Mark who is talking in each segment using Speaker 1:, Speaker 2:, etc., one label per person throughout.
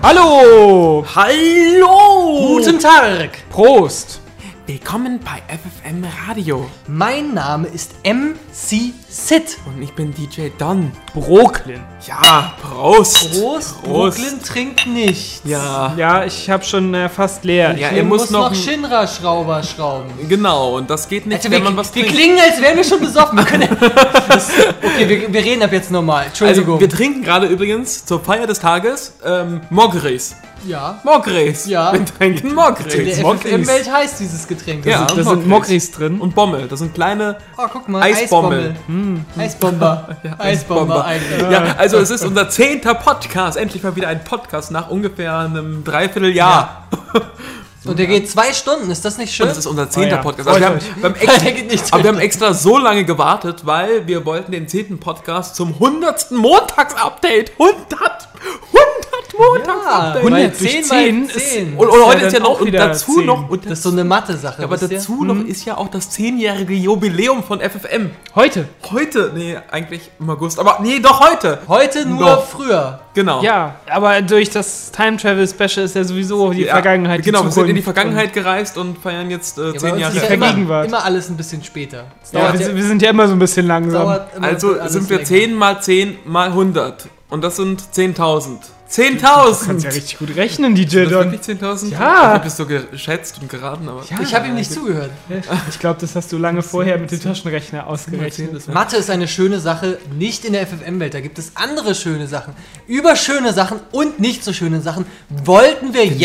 Speaker 1: Hallo!
Speaker 2: Hallo!
Speaker 1: Guten Tag! Prost!
Speaker 2: Willkommen bei FFM Radio.
Speaker 3: Mein Name ist MC Sid.
Speaker 2: Und ich bin DJ Don.
Speaker 1: Brooklyn.
Speaker 2: Ja, Prost!
Speaker 3: Prost, Brooklyn trinkt nichts.
Speaker 2: Ja.
Speaker 1: Ja, ich hab schon äh, fast leer.
Speaker 2: Ja,
Speaker 1: Ich-
Speaker 2: er
Speaker 3: Er
Speaker 2: muss
Speaker 3: muss,
Speaker 2: noch
Speaker 3: noch,
Speaker 2: ein-
Speaker 3: Shinra-Schrauber schrauben.
Speaker 2: Genau, und das geht nicht,
Speaker 3: Also
Speaker 2: wenn
Speaker 3: wir,
Speaker 2: man was
Speaker 3: wir
Speaker 2: trinkt.
Speaker 3: klingen, als wären wir schon besoffen. Wir können ja, okay, wir, wir reden ab jetzt normal. Entschuldigung.
Speaker 2: also, wir trinken gerade übrigens zur Feier des Tages ähm, Mogris.
Speaker 3: ja.
Speaker 2: Mogris.
Speaker 3: Ja.
Speaker 2: Wir trinken
Speaker 3: In
Speaker 2: Mogris.
Speaker 3: der
Speaker 1: Smog
Speaker 3: FFM-Welt heißt dieses Getränk.
Speaker 2: Ja.
Speaker 1: da sind Mokris drin.
Speaker 2: Und Bommel. Das sind kleine.
Speaker 3: Oh, guck mal,
Speaker 2: Eisbommel. Hm.
Speaker 3: Eisbommel. Hm. Eisbomber. Eisbomber eigentlich.
Speaker 2: Ja, also es ist unser zehnter Podcast. Endlich mal wieder ein Podcast nach ungefähr einem Dreivierteljahr.
Speaker 3: Und der geht zwei Stunden, ist das nicht schön?
Speaker 2: Das ist unser zehnter
Speaker 1: Oh ja.
Speaker 2: Podcast. Also wir, haben,
Speaker 1: Freut
Speaker 2: wir, haben extra,
Speaker 3: Der geht nicht
Speaker 2: aber wir haben extra so lange gewartet, weil wir wollten den zehnten Podcast zum 100. Montags-Update. 100! 100 Montags-Update!
Speaker 1: 100 durch
Speaker 3: 10
Speaker 1: 10
Speaker 3: Ah. mal 10.
Speaker 1: ist-
Speaker 2: Und, und
Speaker 1: Ja,
Speaker 2: heute
Speaker 1: dann
Speaker 2: ist ja
Speaker 1: auch
Speaker 2: noch, und
Speaker 1: wieder
Speaker 2: dazu
Speaker 1: 10.
Speaker 2: noch, und
Speaker 3: das ist so eine Mathe-Sache.
Speaker 2: aber
Speaker 3: wisst ihr?
Speaker 2: dazu
Speaker 1: hm.
Speaker 2: noch ist ja auch das zehnjährige Jubiläum von FFM.
Speaker 1: Heute?
Speaker 2: Heute, nee, eigentlich im August, aber nee, doch heute.
Speaker 3: Heute nur
Speaker 2: Noch.
Speaker 3: früher.
Speaker 2: Genau.
Speaker 1: Ja, aber durch das Time Travel Special ist ja sowieso die
Speaker 2: Ja,
Speaker 1: Vergangenheit.
Speaker 2: Genau, wir sind in die
Speaker 1: Zukunft.
Speaker 2: Vergangenheit gereist und feiern jetzt äh,
Speaker 3: Ja, bei
Speaker 2: zehn
Speaker 3: uns
Speaker 2: Jahre.
Speaker 3: ist ja immer,
Speaker 1: Vergangenheit. Gegenwart.
Speaker 3: immer alles ein bisschen später. Es
Speaker 1: Ja, wir, sind- wir sind ja immer so ein bisschen langsam.
Speaker 3: dauert immer
Speaker 2: Also
Speaker 3: alles
Speaker 2: sind wir
Speaker 3: länger.
Speaker 2: 10 mal 10 mal 100. Und das sind 10.000. 10.000!
Speaker 1: Du kannst ja richtig gut rechnen, DJ
Speaker 2: das
Speaker 1: Don.
Speaker 2: wirklich 10.000?
Speaker 1: Ja.
Speaker 2: Ich bist du geschätzt und geraten, aber.
Speaker 3: Ich habe ihm nicht zugehört.
Speaker 1: Ich glaube, das hast du lange vorher mit dem Taschenrechner ausgerechnet.
Speaker 3: Mathe ist eine schöne Sache, nicht in der FFM-Welt. Da gibt es andere schöne Sachen. Über schöne Sachen und nicht so schöne Sachen wollten wir
Speaker 2: Genau.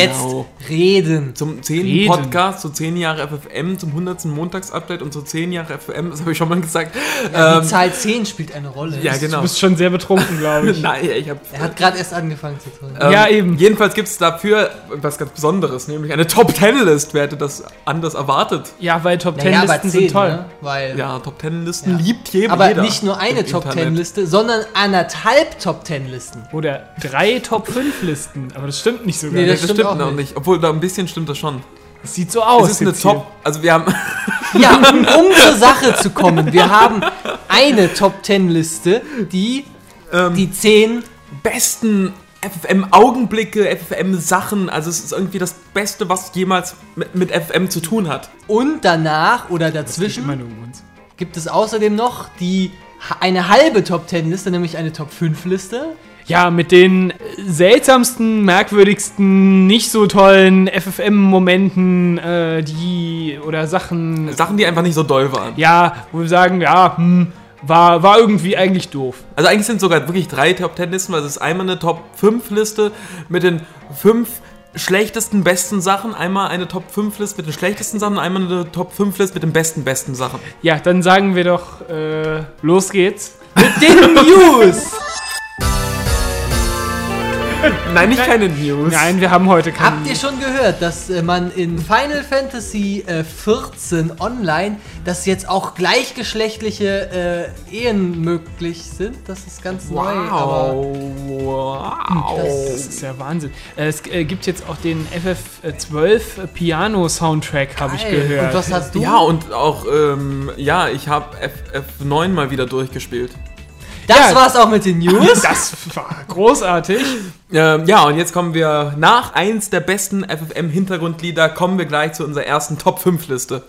Speaker 3: jetzt reden.
Speaker 2: Zum 10.
Speaker 1: Reden.
Speaker 2: Podcast, zu 10 Jahre FFM, zum 100. Montagsupdate und zu 10 Jahre FFM, das habe ich schon mal gesagt.
Speaker 3: Die
Speaker 2: ähm,
Speaker 3: Zahl 10 spielt eine Rolle.
Speaker 2: ja,
Speaker 1: Du
Speaker 2: genau.
Speaker 1: bist schon sehr betrunken, glaube ich.
Speaker 2: Ähm, Nein, ich habe.
Speaker 3: Er hat gerade erst angefangen zu tun.
Speaker 2: Äh,
Speaker 1: Ja, eben.
Speaker 2: Jedenfalls gibt es dafür was ganz Besonderes, nämlich eine Top 10 List. Wer hätte das anders erwartet?
Speaker 1: Ja, weil Top Ten Listen sind toll.
Speaker 3: ne? Weil,
Speaker 2: Ja, Top 10 Listen
Speaker 3: Ja.
Speaker 2: liebt je- jeder.
Speaker 3: aber nicht nur eine
Speaker 2: im
Speaker 3: Top
Speaker 2: Internet.
Speaker 3: 10 Liste, sondern anderthalb Top 10 Listen.
Speaker 1: Oder drei Top 5 Listen. Aber das stimmt nicht sogar.
Speaker 3: Nee,
Speaker 2: Das,
Speaker 3: das
Speaker 1: das,
Speaker 2: das stimmt,
Speaker 3: stimmt auch
Speaker 2: noch nicht.
Speaker 3: nicht.
Speaker 2: Obwohl, da ein bisschen stimmt das schon.
Speaker 1: sieht so aus.
Speaker 2: Oh, es ist eine
Speaker 1: jetzt hier.
Speaker 2: Top. Also, wir haben.
Speaker 3: Ja, um, um zur Sache zu kommen, wir haben eine Top 10 Liste, die
Speaker 2: Ähm,
Speaker 3: die 10
Speaker 2: besten FFM-Augenblicke, FFM-Sachen. Also es ist irgendwie das Beste, was jemals mit, mit FFM zu tun hat.
Speaker 3: und danach oder
Speaker 1: Geht immer
Speaker 3: dazwischen
Speaker 1: nur um uns.
Speaker 3: gibt es außerdem noch die eine halbe Top 10 Liste, nämlich eine Top 5 Liste.
Speaker 1: Ja, mit den äh, seltsamsten, merkwürdigsten, nicht so tollen FFM-Momenten, äh, die oder Sachen,
Speaker 2: Sachen, die einfach nicht so doll waren.
Speaker 1: ja, wo wir sagen, ja, hm, war, war irgendwie eigentlich doof.
Speaker 2: Also eigentlich sind sogar wirklich drei Top Ten Listen, weil es ist einmal eine Top 5 Liste mit den fünf schlechtesten besten Sachen, einmal eine Top 5 Liste mit den schlechtesten Sachen, einmal eine Top 5 Liste mit den besten besten Sachen.
Speaker 1: Ja, dann sagen wir doch, äh, los geht's.
Speaker 3: Den News!
Speaker 2: Nein, nicht keine News.
Speaker 1: Nein, wir haben heute keinen.
Speaker 3: Habt ihr schon gehört, dass äh, man in Final Fantasy äh, 14 online, dass jetzt auch gleichgeschlechtliche äh, Ehen möglich sind? Das ist ganz
Speaker 2: Wow.
Speaker 3: neu. Aber
Speaker 2: wow.
Speaker 1: Das ist ja Wahnsinn. Äh, Es äh, gibt jetzt auch den FF12 Piano-Soundtrack, habe ich
Speaker 3: Geil.
Speaker 1: gehört.
Speaker 3: Und was hast du?
Speaker 2: Ja, und auch, ähm, ja, ich habe FF9 mal wieder durchgespielt.
Speaker 3: das
Speaker 1: Ja.
Speaker 3: war's auch mit den News.
Speaker 1: Das war großartig.
Speaker 2: Ähm, ja, und jetzt kommen wir nach eins der besten FFM-Hintergrundlieder, kommen wir gleich zu unserer ersten Top 5 Liste.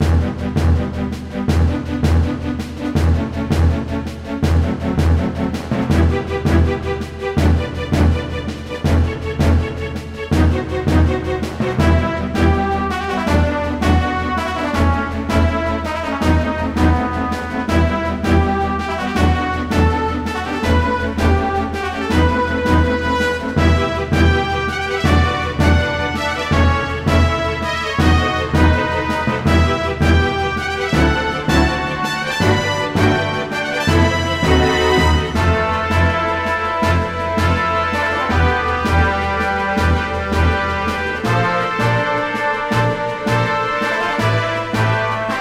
Speaker 3: Haben wir das gerade gehört, das, Best, das Lied jetzt?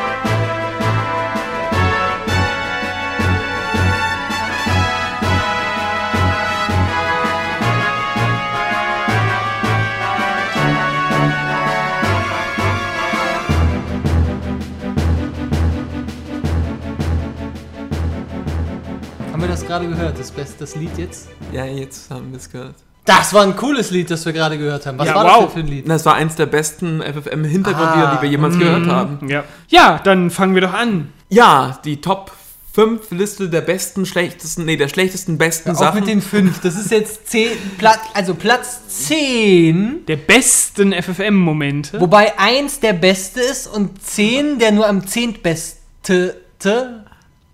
Speaker 2: Ja, jetzt haben wir es gehört.
Speaker 3: Das war ein cooles Lied, das wir gerade gehört haben. Was
Speaker 1: Ja,
Speaker 3: war
Speaker 1: wow.
Speaker 3: das denn für ein Lied?
Speaker 2: Das war eins der besten FFM-Hintergrundlieder,
Speaker 3: Ah.
Speaker 2: die wir jemals gehört haben.
Speaker 1: Hm, Ja. ja, dann fangen wir doch an.
Speaker 2: Ja, die Top 5 Liste der besten, schlechtesten, nee, der schlechtesten, besten
Speaker 3: Auch
Speaker 2: Sachen.
Speaker 3: mit den fünf. Das ist jetzt zehn, Platz, also Platz 10,
Speaker 1: Der besten FFM-Momente.
Speaker 3: wobei 1 der beste ist und 10 der nur am zehntbeste. te-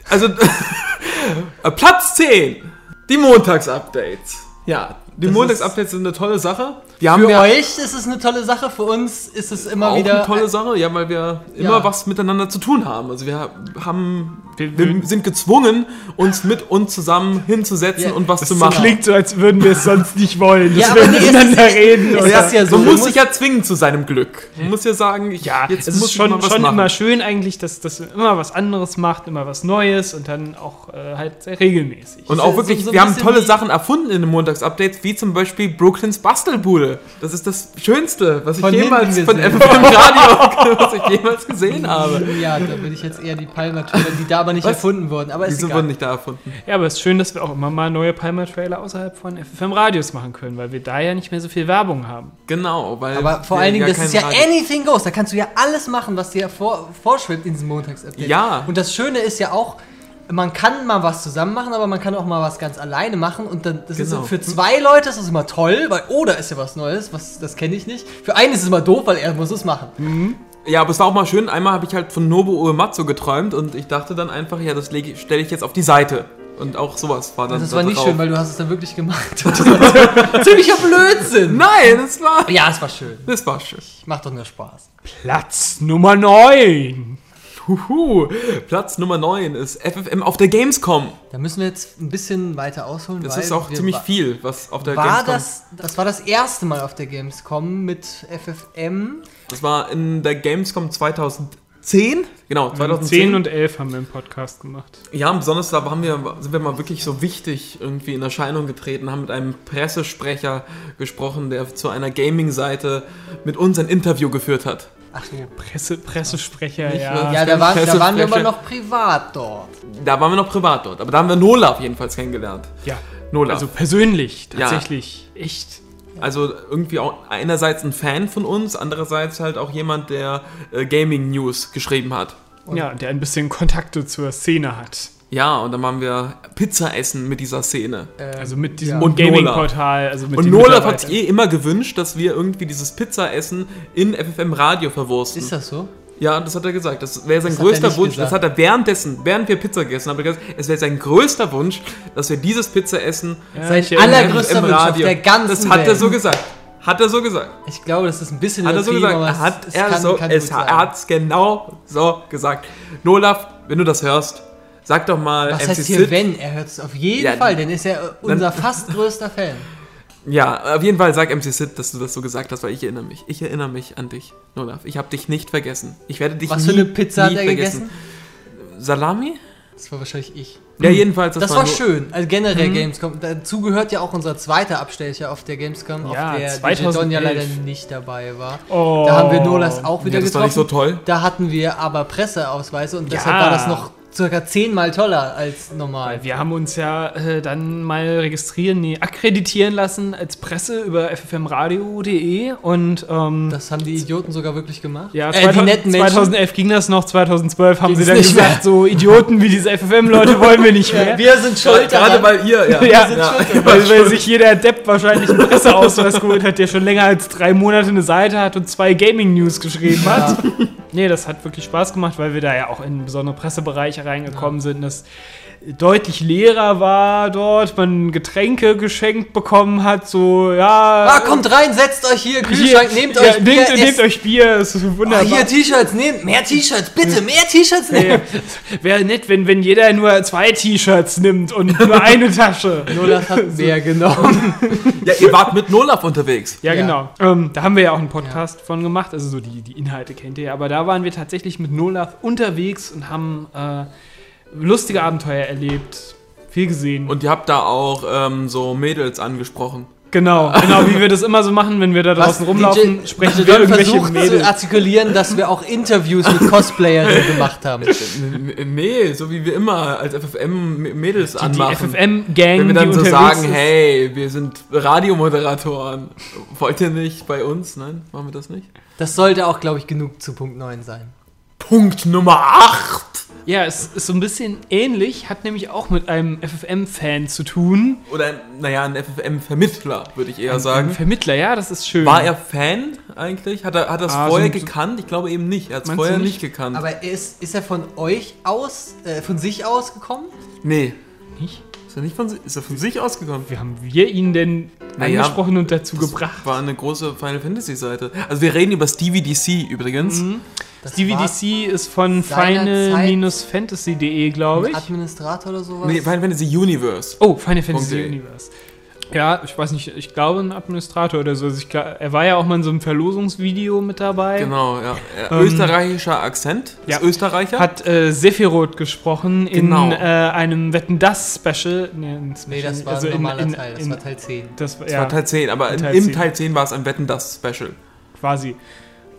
Speaker 2: also, äh, Platz 10! Die Montags-Updates. Ja, die
Speaker 3: Das
Speaker 2: Montags-Updates sind eine tolle Sache. Die haben
Speaker 3: Für
Speaker 2: wir
Speaker 3: euch ist es eine tolle Sache, für uns ist es immer
Speaker 2: auch
Speaker 3: wieder.
Speaker 2: eine tolle Sache, ja, weil wir
Speaker 3: Ja.
Speaker 2: immer was miteinander zu tun haben. Also wir haben,
Speaker 1: Wir-
Speaker 2: wir sind gezwungen, uns mit uns zusammen hinzusetzen
Speaker 3: Ja,
Speaker 2: und was
Speaker 1: das
Speaker 2: zu machen.
Speaker 1: klingt so, als würden wir es sonst nicht wollen, dass
Speaker 3: Ja,
Speaker 1: wir
Speaker 3: aber nee, es ist-
Speaker 1: miteinander reden.
Speaker 3: es
Speaker 1: oder-
Speaker 3: ist ja so.
Speaker 2: Man
Speaker 3: du
Speaker 2: muss
Speaker 3: musst-
Speaker 2: sich ja zwingen zu seinem Glück. Man muss ja sagen, ich,
Speaker 1: Ja,
Speaker 2: jetzt
Speaker 1: es
Speaker 2: muss
Speaker 1: ist schon,
Speaker 2: ich mal was
Speaker 1: schon
Speaker 2: machen.
Speaker 1: immer schön eigentlich, dass, dass man immer was anderes macht, immer was Neues und dann auch äh, halt sehr regelmäßig.
Speaker 2: Und
Speaker 3: Ist ja
Speaker 2: auch
Speaker 3: so-
Speaker 2: wirklich,
Speaker 3: so ein
Speaker 2: wir haben
Speaker 3: bisschen
Speaker 2: tolle
Speaker 3: wie-
Speaker 2: Sachen erfunden in den Montags-Updates, wie zum Beispiel Brooklyns Bastelbude. Das ist das Schönste, was ich
Speaker 3: Von
Speaker 2: jemals
Speaker 3: hinten
Speaker 2: von
Speaker 3: gesehen.
Speaker 2: FM Radio, was ich jemals gesehen habe.
Speaker 3: Ja, da würde ich jetzt eher die Palmer-Trailer, die da aber nicht
Speaker 2: Was?
Speaker 3: erfunden wurden. Aber ist
Speaker 2: Wieso wurden
Speaker 3: egal.
Speaker 2: nicht da erfunden?
Speaker 1: ja, aber es ist schön, dass wir auch immer mal neue Palmer-Trailer außerhalb von FFM-Radios machen können, weil wir da ja nicht mehr so viel Werbung haben.
Speaker 2: Genau, weil.
Speaker 3: Aber vor
Speaker 2: wir
Speaker 3: allen Dingen, das
Speaker 2: kein
Speaker 3: ist ja
Speaker 2: Radio-
Speaker 3: anything goes. Da kannst du ja alles machen, was dir vor, vorschwebt in diesem Montags-Update.
Speaker 2: Ja.
Speaker 3: Und das Schöne ist ja auch, man kann mal was zusammen machen, aber man kann auch mal was ganz alleine machen. Und dann, das
Speaker 2: Genau.
Speaker 3: ist für zwei Leute ist das immer toll, weil, oh, da ist ja was Neues, was, das kenne ich nicht. Für einen ist es immer doof, weil er muss es machen.
Speaker 2: Ja, aber es war auch mal schön. Einmal habe ich halt von Nobu Uematsu geträumt und ich dachte dann einfach, ja, das lege ich- stelle ich jetzt auf die Seite. Und auch sowas war dann.
Speaker 3: das
Speaker 2: da
Speaker 3: war nicht
Speaker 2: drauf.
Speaker 3: schön, weil du hast es dann wirklich gemacht. Das war Ziemlicher Blödsinn.
Speaker 2: Nein, das war.
Speaker 3: Ja, es war schön.
Speaker 2: Das war schön.
Speaker 3: Macht doch nur Spaß.
Speaker 1: Platz Nummer 9.
Speaker 2: Huhu. Platz Nummer 9 ist FFM auf der Gamescom.
Speaker 3: Da müssen wir jetzt ein bisschen weiter ausholen.
Speaker 2: Das
Speaker 3: weil
Speaker 2: ist auch
Speaker 3: wir
Speaker 2: ziemlich
Speaker 3: wa-
Speaker 2: viel, was auf der
Speaker 3: War
Speaker 2: Äh, Gamescom.
Speaker 3: das, das war das erste Mal auf der Gamescom mit FFM.
Speaker 2: Das war in der Gamescom 2010. Genau,
Speaker 1: 10
Speaker 2: 2010.
Speaker 1: Mhm. und 11 haben wir im Podcast gemacht.
Speaker 2: ja, besonders da haben wir, sind wir mal wirklich so wichtig irgendwie in Erscheinung getreten, haben mit einem Pressesprecher gesprochen, der zu einer Gaming-Seite mit uns ein Interview geführt hat.
Speaker 3: Ach so.
Speaker 1: Presse, Pressesprecher,
Speaker 2: Nicht
Speaker 1: ja.
Speaker 2: wahr?
Speaker 3: Ja, da,
Speaker 2: stimmt,
Speaker 3: waren- da waren wir
Speaker 2: Pressesprecher.
Speaker 3: aber noch privat dort.
Speaker 2: Da waren wir noch privat dort, aber da haben wir Nolaf jedenfalls kennengelernt.
Speaker 1: ja.
Speaker 2: Nolaf.
Speaker 1: Also persönlich,
Speaker 2: Ja.
Speaker 1: tatsächlich. Echt.
Speaker 2: Also irgendwie auch einerseits ein Fan von uns, andererseits halt auch jemand, der äh, Gaming News geschrieben hat.
Speaker 1: Ja, der ein bisschen Kontakte zur Szene hat.
Speaker 2: Ja, und dann waren wir Pizza essen mit dieser Szene.
Speaker 3: Ähm,
Speaker 1: Also mit diesem
Speaker 3: ja.
Speaker 2: Und
Speaker 1: Gaming-Portal. Also mit
Speaker 2: und
Speaker 1: den
Speaker 2: Nolaf hat
Speaker 1: Mitarbeitern.
Speaker 2: sich eh immer gewünscht, dass wir irgendwie dieses Pizzaessen in FFM Radio verwursten.
Speaker 3: Ist das so?
Speaker 2: ja, das hat er gesagt. Das wäre sein
Speaker 3: Das hat er
Speaker 2: größter
Speaker 3: nicht
Speaker 2: Wunsch.
Speaker 3: gesagt.
Speaker 2: Das hat er währenddessen, während wir Pizza gegessen haben, hat er gesagt, es wäre sein größter Wunsch, dass wir dieses Pizzaessen
Speaker 1: Ja,
Speaker 3: Sein
Speaker 1: ich erinnere mich.
Speaker 3: allergrößter Wunsch auf der ganzen
Speaker 2: Das hat er
Speaker 3: Welt.
Speaker 2: so gesagt. Hat er so gesagt.
Speaker 3: Ich glaube, das ist ein bisschen
Speaker 2: Hat er so gesagt.
Speaker 3: aber es-
Speaker 2: Hat
Speaker 3: es
Speaker 2: er
Speaker 3: kann-
Speaker 2: so,
Speaker 3: kann
Speaker 2: es,
Speaker 3: gut sein.
Speaker 2: er hat's genau so gesagt. Nolaf, wenn du das hörst, sag doch mal
Speaker 3: Was
Speaker 2: MC
Speaker 3: heißt hier
Speaker 2: Sid.
Speaker 3: wenn? Er hört es auf jeden
Speaker 2: Ja,
Speaker 3: Fall, denn ist er äh, unser fast größter Fan.
Speaker 2: Ja, auf jeden Fall sag MC Sid, dass du das so gesagt hast, weil ich erinnere mich. Ich erinnere mich an dich, Nolaf. Ich habe dich nicht vergessen. Ich werde dich
Speaker 3: Was
Speaker 2: nie,
Speaker 3: für eine Pizza hat
Speaker 2: nie
Speaker 3: er gegessen?
Speaker 2: vergessen. Salami?
Speaker 3: Das war wahrscheinlich ich.
Speaker 2: Ja, jedenfalls.
Speaker 3: Das, war
Speaker 2: nur-
Speaker 3: schön. Also generell
Speaker 1: Mhm.
Speaker 3: Gamescom. Dazu gehört ja auch unser zweiter Abstecher auf der Gamescom,
Speaker 1: Ja,
Speaker 3: auf der die
Speaker 1: 2011.
Speaker 3: Donja leider nicht dabei war.
Speaker 1: Oh.
Speaker 3: Da haben wir Nolas auch wieder
Speaker 2: Ja, das war
Speaker 3: getroffen.
Speaker 2: nicht so toll.
Speaker 3: Da hatten wir aber Presseausweise und deshalb
Speaker 1: Ja.
Speaker 3: war das noch circa zehnmal toller als normal.
Speaker 1: Weil wir haben uns ja äh, dann mal registrieren, nee, akkreditieren lassen als Presse über ffmradio.de E und ähm,
Speaker 3: Das haben die Idioten sogar wirklich gemacht.
Speaker 1: ja,
Speaker 3: äh, die
Speaker 1: 2000
Speaker 3: netten Menschen.
Speaker 1: 2011 ging das noch, 2012 haben sie
Speaker 3: Ging's
Speaker 1: dann
Speaker 3: nicht
Speaker 1: gesagt,
Speaker 3: mehr.
Speaker 1: so Idioten wie diese FFM-Leute wollen wir nicht mehr.
Speaker 3: Wir sind schuld
Speaker 2: Gerade
Speaker 3: daran.
Speaker 2: weil ihr, ja.
Speaker 1: Ja,
Speaker 2: ja.
Speaker 1: weil, weil sich jeder Depp wahrscheinlich einen Presseausweis geholt hat, der schon länger als drei Monate eine Seite hat und zwei Gaming-News geschrieben hat. Nee, das hat wirklich Spaß gemacht, weil wir da ja auch in besondere Pressebereiche reingekommen sind, das deutlich leerer war dort, man Getränke geschenkt bekommen hat, so, ja...
Speaker 3: Ah, kommt rein, setzt euch hier,
Speaker 1: hier-
Speaker 3: Kühlschrank, nehmt
Speaker 1: ja,
Speaker 3: euch Bier,
Speaker 1: nehmt,
Speaker 3: esst-
Speaker 1: nehmt euch Bier, es ist
Speaker 3: Ah,
Speaker 1: wunderbar.
Speaker 3: hier T-Shirts, nehmt mehr T-Shirts, bitte mehr T-Shirts nehmen.
Speaker 1: Ey, Wäre nett, wenn, wenn jeder nur zwei T-Shirts nimmt und nur eine Tasche.
Speaker 3: Nolas hat mehr genau. genommen.
Speaker 2: ja, ihr wart mit Nolaf unterwegs.
Speaker 1: Ja,
Speaker 3: Ja.
Speaker 1: genau. Ähm, da haben wir ja auch einen Podcast von gemacht, also so die, die Inhalte kennt ihr ja, aber da waren wir tatsächlich mit Nolaf unterwegs und haben äh, lustige Abenteuer erlebt, viel gesehen.
Speaker 2: Und ihr habt da auch ähm, so Mädels angesprochen.
Speaker 1: Genau, genau, wie wir das immer so machen, wenn wir da draußen rumlaufen,
Speaker 3: DJ
Speaker 1: sprechen
Speaker 3: Mastodon
Speaker 1: wir irgendwelche
Speaker 3: also versucht zu
Speaker 1: Mädels.
Speaker 3: artikulieren, dass wir auch Interviews mit Cosplayerinnen gemacht haben.
Speaker 2: N- n- Nee, so wie wir immer als FFM M- Mädels
Speaker 1: Die
Speaker 2: anmachen.
Speaker 1: FFM-Gang,
Speaker 2: wenn wir
Speaker 1: die
Speaker 2: dann so
Speaker 1: unterwegs
Speaker 2: sagen,
Speaker 1: ist.
Speaker 2: hey, wir sind Radiomoderatoren. Wollt ihr nicht bei uns? Nein, machen wir das nicht.
Speaker 3: Das sollte auch, glaube ich, genug zu Punkt 9 sein.
Speaker 2: Punkt Nummer 8.
Speaker 1: Ja, es ist so ein bisschen ähnlich, hat nämlich auch mit einem FFM-Fan zu tun.
Speaker 2: Oder, naja, ein FFM-Vermittler, würde ich eher
Speaker 1: Ein
Speaker 2: sagen.
Speaker 1: Vermittler, ja, das ist schön.
Speaker 2: War er Fan eigentlich? Hat er hat das
Speaker 1: Ah, so
Speaker 2: vorher
Speaker 1: ein- so-
Speaker 2: gekannt? Ich glaube eben nicht. Er hat es
Speaker 1: Meinst
Speaker 2: vorher
Speaker 1: du
Speaker 2: nicht
Speaker 1: nicht?
Speaker 2: gekannt.
Speaker 3: Aber ist, ist er von euch aus, äh, von sich aus gekommen?
Speaker 2: nee.
Speaker 1: Nicht?
Speaker 2: Ist er, nicht von, si- ist er von sich ausgekommen?
Speaker 1: Wie haben wir ihn denn
Speaker 2: Naja,
Speaker 1: angesprochen und dazu
Speaker 2: Das
Speaker 1: gebracht?
Speaker 2: War eine große Final Fantasy Seite. Also wir reden über Stevie DC übrigens.
Speaker 1: Mhm.
Speaker 3: Das
Speaker 1: Stevie
Speaker 3: war
Speaker 1: DC ist von
Speaker 3: seinerzeit
Speaker 1: final-fantasy.de,
Speaker 3: ein
Speaker 1: glaube E, ich.
Speaker 3: Administrator oder sowas?
Speaker 2: Nee, Final Fantasy Universe.
Speaker 1: Oh, Final Fantasy
Speaker 3: E.
Speaker 2: Punkt.de.
Speaker 1: Universe. Ja, ich weiß nicht, ich glaube ein Administrator oder so. Also ich, gla- er war ja auch mal in so einem Verlosungsvideo mit dabei.
Speaker 2: Genau, ja. Äh,
Speaker 1: Ähm,
Speaker 2: Österreichischer Akzent. Ist
Speaker 1: ja.
Speaker 2: Österreicher.
Speaker 1: Hat äh, Sephiroth gesprochen
Speaker 2: Genau.
Speaker 1: in äh, einem Wetten das Special. Nee, ein Special
Speaker 3: Nee, das war
Speaker 1: also
Speaker 3: ein
Speaker 1: in-
Speaker 3: normaler
Speaker 1: in-
Speaker 3: Teil, das
Speaker 1: in-
Speaker 3: war Teil 10.
Speaker 1: das war,
Speaker 2: das
Speaker 1: ja,
Speaker 2: war Teil 10, aber in,
Speaker 1: Teil
Speaker 2: im
Speaker 1: 10.
Speaker 2: Teil 10 war es ein Wetten das Special.
Speaker 1: quasi.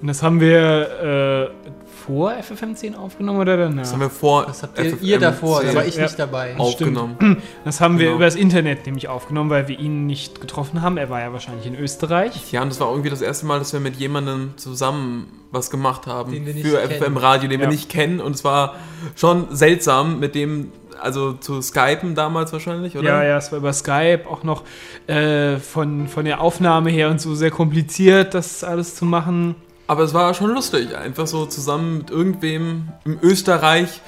Speaker 1: Und das haben wir äh, vor FFM 10 aufgenommen oder danach?
Speaker 2: Das haben wir vor.
Speaker 3: Das habt ihr,
Speaker 2: FFM
Speaker 3: ihr davor, da war
Speaker 1: Ja,
Speaker 3: ich
Speaker 1: ja. Oh.
Speaker 3: nicht dabei.
Speaker 2: aufgenommen.
Speaker 1: Das haben wir
Speaker 2: Genau.
Speaker 1: übers Internet nämlich aufgenommen, weil wir ihn nicht getroffen haben. Er war ja wahrscheinlich in Österreich.
Speaker 2: Ja, und das war irgendwie das erste Mal, dass wir mit jemandem zusammen was gemacht haben
Speaker 3: Den wir nicht
Speaker 2: für
Speaker 3: kennen.
Speaker 2: FFM Radio, den wir
Speaker 1: Ja.
Speaker 2: nicht kennen. Und es war schon seltsam, mit dem, also zu Skypen damals wahrscheinlich, oder?
Speaker 1: Ja, ja, es war über Skype auch noch äh, von, von der Aufnahme her und so sehr kompliziert, das alles zu machen.
Speaker 2: Aber es war schon lustig, einfach so zusammen mit irgendwem im Österreich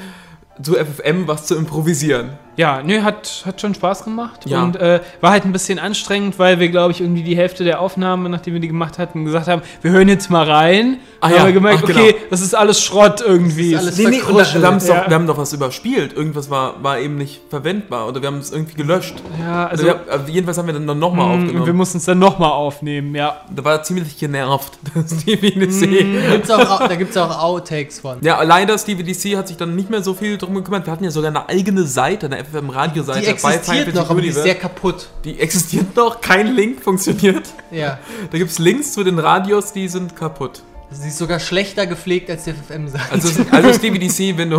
Speaker 2: zu FFM was zu improvisieren.
Speaker 1: Ja, nö, hat, hat schon Spaß gemacht
Speaker 2: Ja.
Speaker 1: und äh, war halt ein bisschen anstrengend, weil wir, glaube ich, irgendwie die Hälfte der Aufnahme, nachdem wir die gemacht hatten, gesagt haben, wir hören jetzt mal rein.
Speaker 2: Ah
Speaker 1: Dann
Speaker 2: ja,
Speaker 1: haben wir gemerkt,
Speaker 2: ach, genau.
Speaker 1: okay, das ist alles Schrott irgendwie.
Speaker 3: Das ist alles
Speaker 2: und da, wir, haben's
Speaker 1: Ja.
Speaker 2: doch, wir haben doch was überspielt. Irgendwas war, war eben nicht verwendbar oder wir haben es irgendwie gelöscht.
Speaker 1: ja, also,
Speaker 2: Also, wir, haben- jedenfalls haben wir dann nochmal
Speaker 1: mh, und wir
Speaker 2: aufgenommen.
Speaker 1: mussten es dann nochmal aufnehmen, ja.
Speaker 2: Da war er ziemlich genervt, dass Stevie DC.
Speaker 1: Mhm.
Speaker 3: Gibt's auch, au- da gibt es auch Outtakes von.
Speaker 2: Ja, leider Stevie DC hat sich dann nicht mehr so viel drum gekümmert. Wir hatten ja sogar eine eigene Seite, eine FFM Radio Seite
Speaker 3: Die existiert noch, aber die ist sehr kaputt.
Speaker 2: die existiert noch, kein Link funktioniert.
Speaker 3: Ja.
Speaker 2: Da gibt's Links zu den Radios, die sind kaputt.
Speaker 3: Also sie ist sogar schlechter gepflegt als die FFM-Seite.
Speaker 2: Also, also Stevie DC, wenn du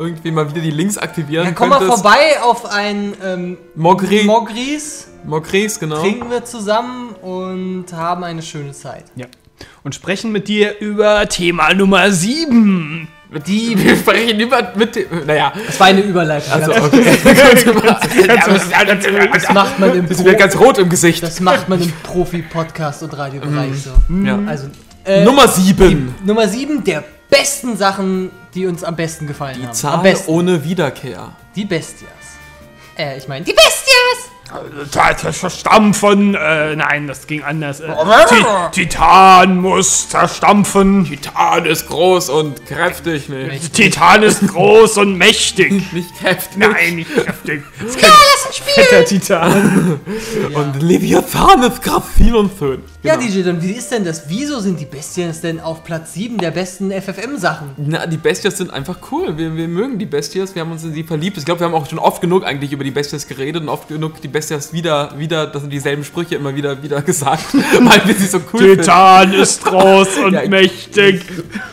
Speaker 2: irgendwie mal wieder die Links aktivieren
Speaker 3: dann komm mal vorbei auf ein ähm,
Speaker 2: Mogri,
Speaker 3: Mogris,
Speaker 2: Mogris, genau.
Speaker 3: trinken wir zusammen und haben eine schöne Zeit.
Speaker 1: ja. Und sprechen mit dir über Thema Nummer 7.
Speaker 2: Die, wir sprechen über mit dem, naja,
Speaker 3: Das war eine Überleitung.
Speaker 2: also
Speaker 3: das,
Speaker 2: okay.
Speaker 3: das macht man im
Speaker 2: Ich werde
Speaker 3: Pro
Speaker 2: ganz rot im Gesicht.
Speaker 3: das macht man im Profi-Podcast und Radiobereich so.
Speaker 2: Mhm. Ja.
Speaker 3: Also äh,
Speaker 2: Nummer 7.
Speaker 3: Nummer 7 der besten Sachen, die uns am besten gefallen
Speaker 2: Die
Speaker 3: haben. am
Speaker 2: Zahl
Speaker 3: besten.
Speaker 2: ohne Wiederkehr.
Speaker 3: Die Bestias. Äh, ich meine, die Bestias!
Speaker 1: Äh, Zerstampfen, von, äh, nein, das ging anders. Äh, Ti- Titan muss zerstampfen.
Speaker 2: Titan ist groß und kräftig, ne?
Speaker 1: Titan ist groß und mächtig.
Speaker 2: Nicht kräftig.
Speaker 1: Nein, nicht kräftig. Ja, lass uns spielen. Fetter Titan.
Speaker 2: Und Leviathan ist gerade viel und schön.
Speaker 3: Ja, DJ, dann wie ist denn das? Wieso sind die Bestias denn auf Platz 7 der besten FFM-Sachen?
Speaker 2: Na, die Bestias sind einfach cool. Wir, wir mögen die Bestias, wir haben uns in sie verliebt. Ich glaube, wir haben auch schon oft genug eigentlich über die Bestias geredet und oft genug die Bestias wieder, wieder, das sind dieselben Sprüche immer wieder, wieder gesagt, weil wir sie so cool finden.
Speaker 1: Titan ist groß und
Speaker 2: Ja, ich-
Speaker 1: mächtig.